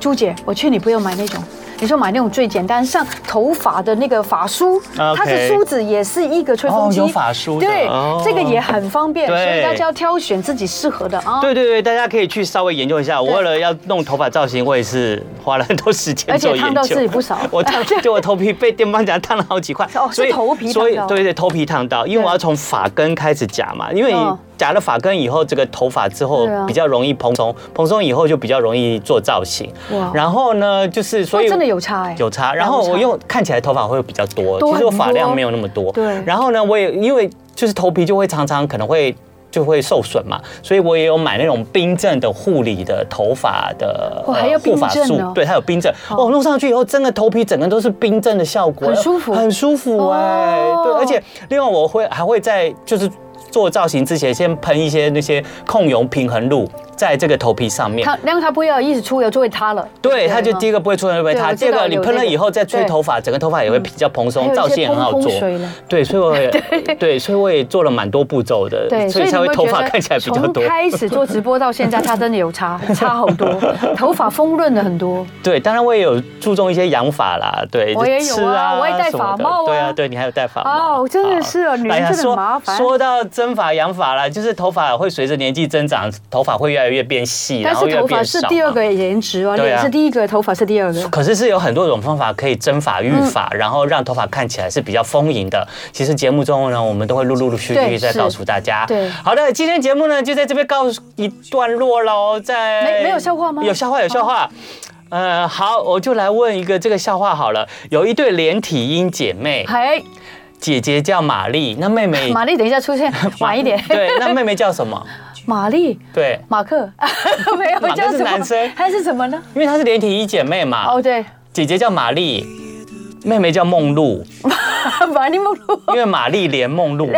[SPEAKER 2] 朱姐，我劝你不要买那种。你说买那种最简单，像头发的那个发梳，
[SPEAKER 3] OK
[SPEAKER 2] 它是梳子，也是一个吹风机，
[SPEAKER 3] 哦有发梳的
[SPEAKER 2] 对
[SPEAKER 3] 哦，
[SPEAKER 2] 这个也很方便，
[SPEAKER 3] 对
[SPEAKER 2] 所以大家要挑选自己适合的啊。
[SPEAKER 3] 对对对，大家可以去稍微研究一下。我为了要弄头发造型，我也是花了很多时 间
[SPEAKER 2] 而
[SPEAKER 3] 做
[SPEAKER 2] 且
[SPEAKER 3] 研究。
[SPEAKER 2] 烫到自己不少
[SPEAKER 3] 我烫，就我头皮被电棒夹烫了好几块，
[SPEAKER 2] 哦是头皮烫到
[SPEAKER 3] 所以对对头皮烫到，因为我要从发根开始夹嘛，因为你
[SPEAKER 2] 嗯
[SPEAKER 3] 夹了发根以后，这个头发之后
[SPEAKER 2] 对啊
[SPEAKER 3] 比较容易蓬松，蓬松以后就比较容易做造型
[SPEAKER 2] 哇。
[SPEAKER 3] 然后呢，就是所以
[SPEAKER 2] 哇真的有差哎
[SPEAKER 3] 有差。然后我用看起来头发会比较多，
[SPEAKER 2] 多
[SPEAKER 3] 其实我发
[SPEAKER 2] 很多
[SPEAKER 3] 量没有那么多。
[SPEAKER 2] 对
[SPEAKER 3] 然后呢，我也因为就是头皮就会常常可能会。就会受损嘛，所以我也有买那种冰镇的护理的头发的
[SPEAKER 2] 哇
[SPEAKER 3] 呃
[SPEAKER 2] 还有
[SPEAKER 3] 护发
[SPEAKER 2] 冰镇
[SPEAKER 3] 素
[SPEAKER 2] 哦
[SPEAKER 3] 对，它有冰镇哦，弄上去以后，真的头皮整个都是冰镇的效果，
[SPEAKER 2] 很舒服
[SPEAKER 3] 很舒服哎，
[SPEAKER 2] 哦
[SPEAKER 3] 对，而且另外我会还会在就是做造型之前，先喷一些那些控油平衡露在这个头皮上面，
[SPEAKER 2] 它让它不要一直出油就会塌了。
[SPEAKER 3] 对，
[SPEAKER 2] 不
[SPEAKER 3] 它就
[SPEAKER 2] 嗯
[SPEAKER 3] 第一个不会出人为
[SPEAKER 2] 对
[SPEAKER 3] 它，
[SPEAKER 2] 我
[SPEAKER 3] 第
[SPEAKER 2] 知
[SPEAKER 3] 二
[SPEAKER 2] 道
[SPEAKER 3] 个你
[SPEAKER 2] 有
[SPEAKER 3] 喷了
[SPEAKER 2] 那个
[SPEAKER 3] 以后再吹
[SPEAKER 2] 对嗯
[SPEAKER 3] 头发，整个头发也会比较蓬
[SPEAKER 2] 还
[SPEAKER 3] 松，
[SPEAKER 2] 有一
[SPEAKER 3] 造
[SPEAKER 2] 些
[SPEAKER 3] 型也很好
[SPEAKER 2] 蓬
[SPEAKER 3] 做
[SPEAKER 2] 蓬水了。
[SPEAKER 3] 对，所以 我也对，所以我也做了蛮多步骤的，
[SPEAKER 2] 对，
[SPEAKER 3] 所以才
[SPEAKER 2] 你
[SPEAKER 3] 会
[SPEAKER 2] 们
[SPEAKER 3] 头
[SPEAKER 2] 觉
[SPEAKER 3] 发
[SPEAKER 2] 得
[SPEAKER 3] 看起来比较多
[SPEAKER 2] 从。开始做直播到现在，它真的有差，差好多， 头发丰润了很多。
[SPEAKER 3] 对，当然我也有注重一些养法啦，对，
[SPEAKER 2] 我也有啊
[SPEAKER 3] 吃
[SPEAKER 2] 我也戴
[SPEAKER 3] 什么
[SPEAKER 2] 发
[SPEAKER 3] 的
[SPEAKER 2] 帽啊
[SPEAKER 3] 对啊，对你还有戴发帽，
[SPEAKER 2] 哦真的是哦
[SPEAKER 3] 好
[SPEAKER 2] 女人
[SPEAKER 3] 哎呀
[SPEAKER 2] 真的很
[SPEAKER 3] 说
[SPEAKER 2] 麻烦
[SPEAKER 3] 说到增发养发啦，就是头发会随着年纪增长，头发会越来越变细，
[SPEAKER 2] 但
[SPEAKER 3] 然后
[SPEAKER 2] 是
[SPEAKER 3] 越来
[SPEAKER 2] 头
[SPEAKER 3] 变
[SPEAKER 2] 发
[SPEAKER 3] 少
[SPEAKER 2] 是
[SPEAKER 3] 嘛
[SPEAKER 2] 第二个颜值哦，
[SPEAKER 3] 对
[SPEAKER 2] 脸
[SPEAKER 3] 啊
[SPEAKER 2] 是第一个，头发是第二个。
[SPEAKER 3] 可是是有很多种方法可以增发育发，
[SPEAKER 2] 嗯
[SPEAKER 3] 然后让头发看起来是比较丰盈的。其实节目中呢，我们都会陆陆续续
[SPEAKER 2] 对
[SPEAKER 3] 再
[SPEAKER 2] 是
[SPEAKER 3] 告诉大家。
[SPEAKER 2] 对
[SPEAKER 3] 好的，今天节目呢就在这边告诉一段落喽。在
[SPEAKER 2] 没没有笑话吗哦
[SPEAKER 3] 有笑话，有笑话。呃，好，我就来问一个这个笑话好了。有一对连体婴姐妹，
[SPEAKER 2] 嘿，
[SPEAKER 3] 姐姐叫玛丽，那妹妹
[SPEAKER 2] 哎玛丽等一下出现，晚一点。
[SPEAKER 3] 对，那妹妹叫什么？
[SPEAKER 2] 玛丽，
[SPEAKER 3] 对，
[SPEAKER 2] 马克， 没有
[SPEAKER 3] 马克
[SPEAKER 2] 叫
[SPEAKER 3] 是
[SPEAKER 2] 什么
[SPEAKER 3] 男生
[SPEAKER 2] 他是什么呢？
[SPEAKER 3] 因为她是连体婴姐妹嘛。
[SPEAKER 2] 哦，对，
[SPEAKER 3] 姐姐叫玛丽，妹妹叫梦露。
[SPEAKER 2] 玛丽梦露，
[SPEAKER 3] 因为玛丽莲梦露，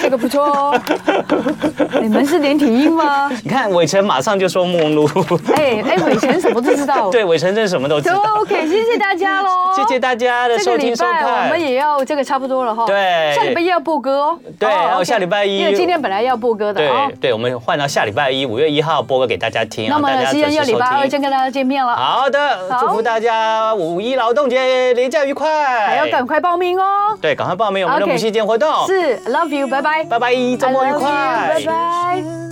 [SPEAKER 2] 这个不错哦。
[SPEAKER 3] 哦
[SPEAKER 2] 你们是连体婴 吗？
[SPEAKER 3] 你看伟成马上就说梦露，
[SPEAKER 2] 哎哎，伟晨什么都知道。
[SPEAKER 3] 对，伟成真的什么都知
[SPEAKER 2] 都
[SPEAKER 3] 道。
[SPEAKER 2] OK，谢谢大家喽。
[SPEAKER 3] 谢谢大家的
[SPEAKER 2] 这个
[SPEAKER 3] 收
[SPEAKER 2] 礼
[SPEAKER 3] 听收
[SPEAKER 2] 拜我
[SPEAKER 3] 看
[SPEAKER 2] 们。也要这个差不多了哈。
[SPEAKER 3] 对
[SPEAKER 2] 下礼拜一要播歌哦。
[SPEAKER 3] 对
[SPEAKER 2] 哦
[SPEAKER 3] 然后
[SPEAKER 2] OK
[SPEAKER 3] 下礼拜一
[SPEAKER 2] 因为今天本来要播歌的啊
[SPEAKER 3] 对。对，我们换到下礼拜一五月一号播歌给大家听，
[SPEAKER 2] 那
[SPEAKER 3] 让大
[SPEAKER 2] 么
[SPEAKER 3] 家
[SPEAKER 2] 西
[SPEAKER 3] 准
[SPEAKER 2] 恩
[SPEAKER 3] 时
[SPEAKER 2] 要礼拜
[SPEAKER 3] 收
[SPEAKER 2] 二
[SPEAKER 3] 听。
[SPEAKER 2] 见跟大家见面了，
[SPEAKER 3] 好的，
[SPEAKER 2] 好
[SPEAKER 3] 祝福大家五一劳动节连假愉快。
[SPEAKER 2] 还要赶快报名哦。
[SPEAKER 3] 对，赶快报名我们的
[SPEAKER 2] OK
[SPEAKER 3] 母系间活动。
[SPEAKER 2] 是，love you，拜拜。
[SPEAKER 3] 拜拜，周末愉
[SPEAKER 2] I love
[SPEAKER 3] 快
[SPEAKER 2] you，拜拜。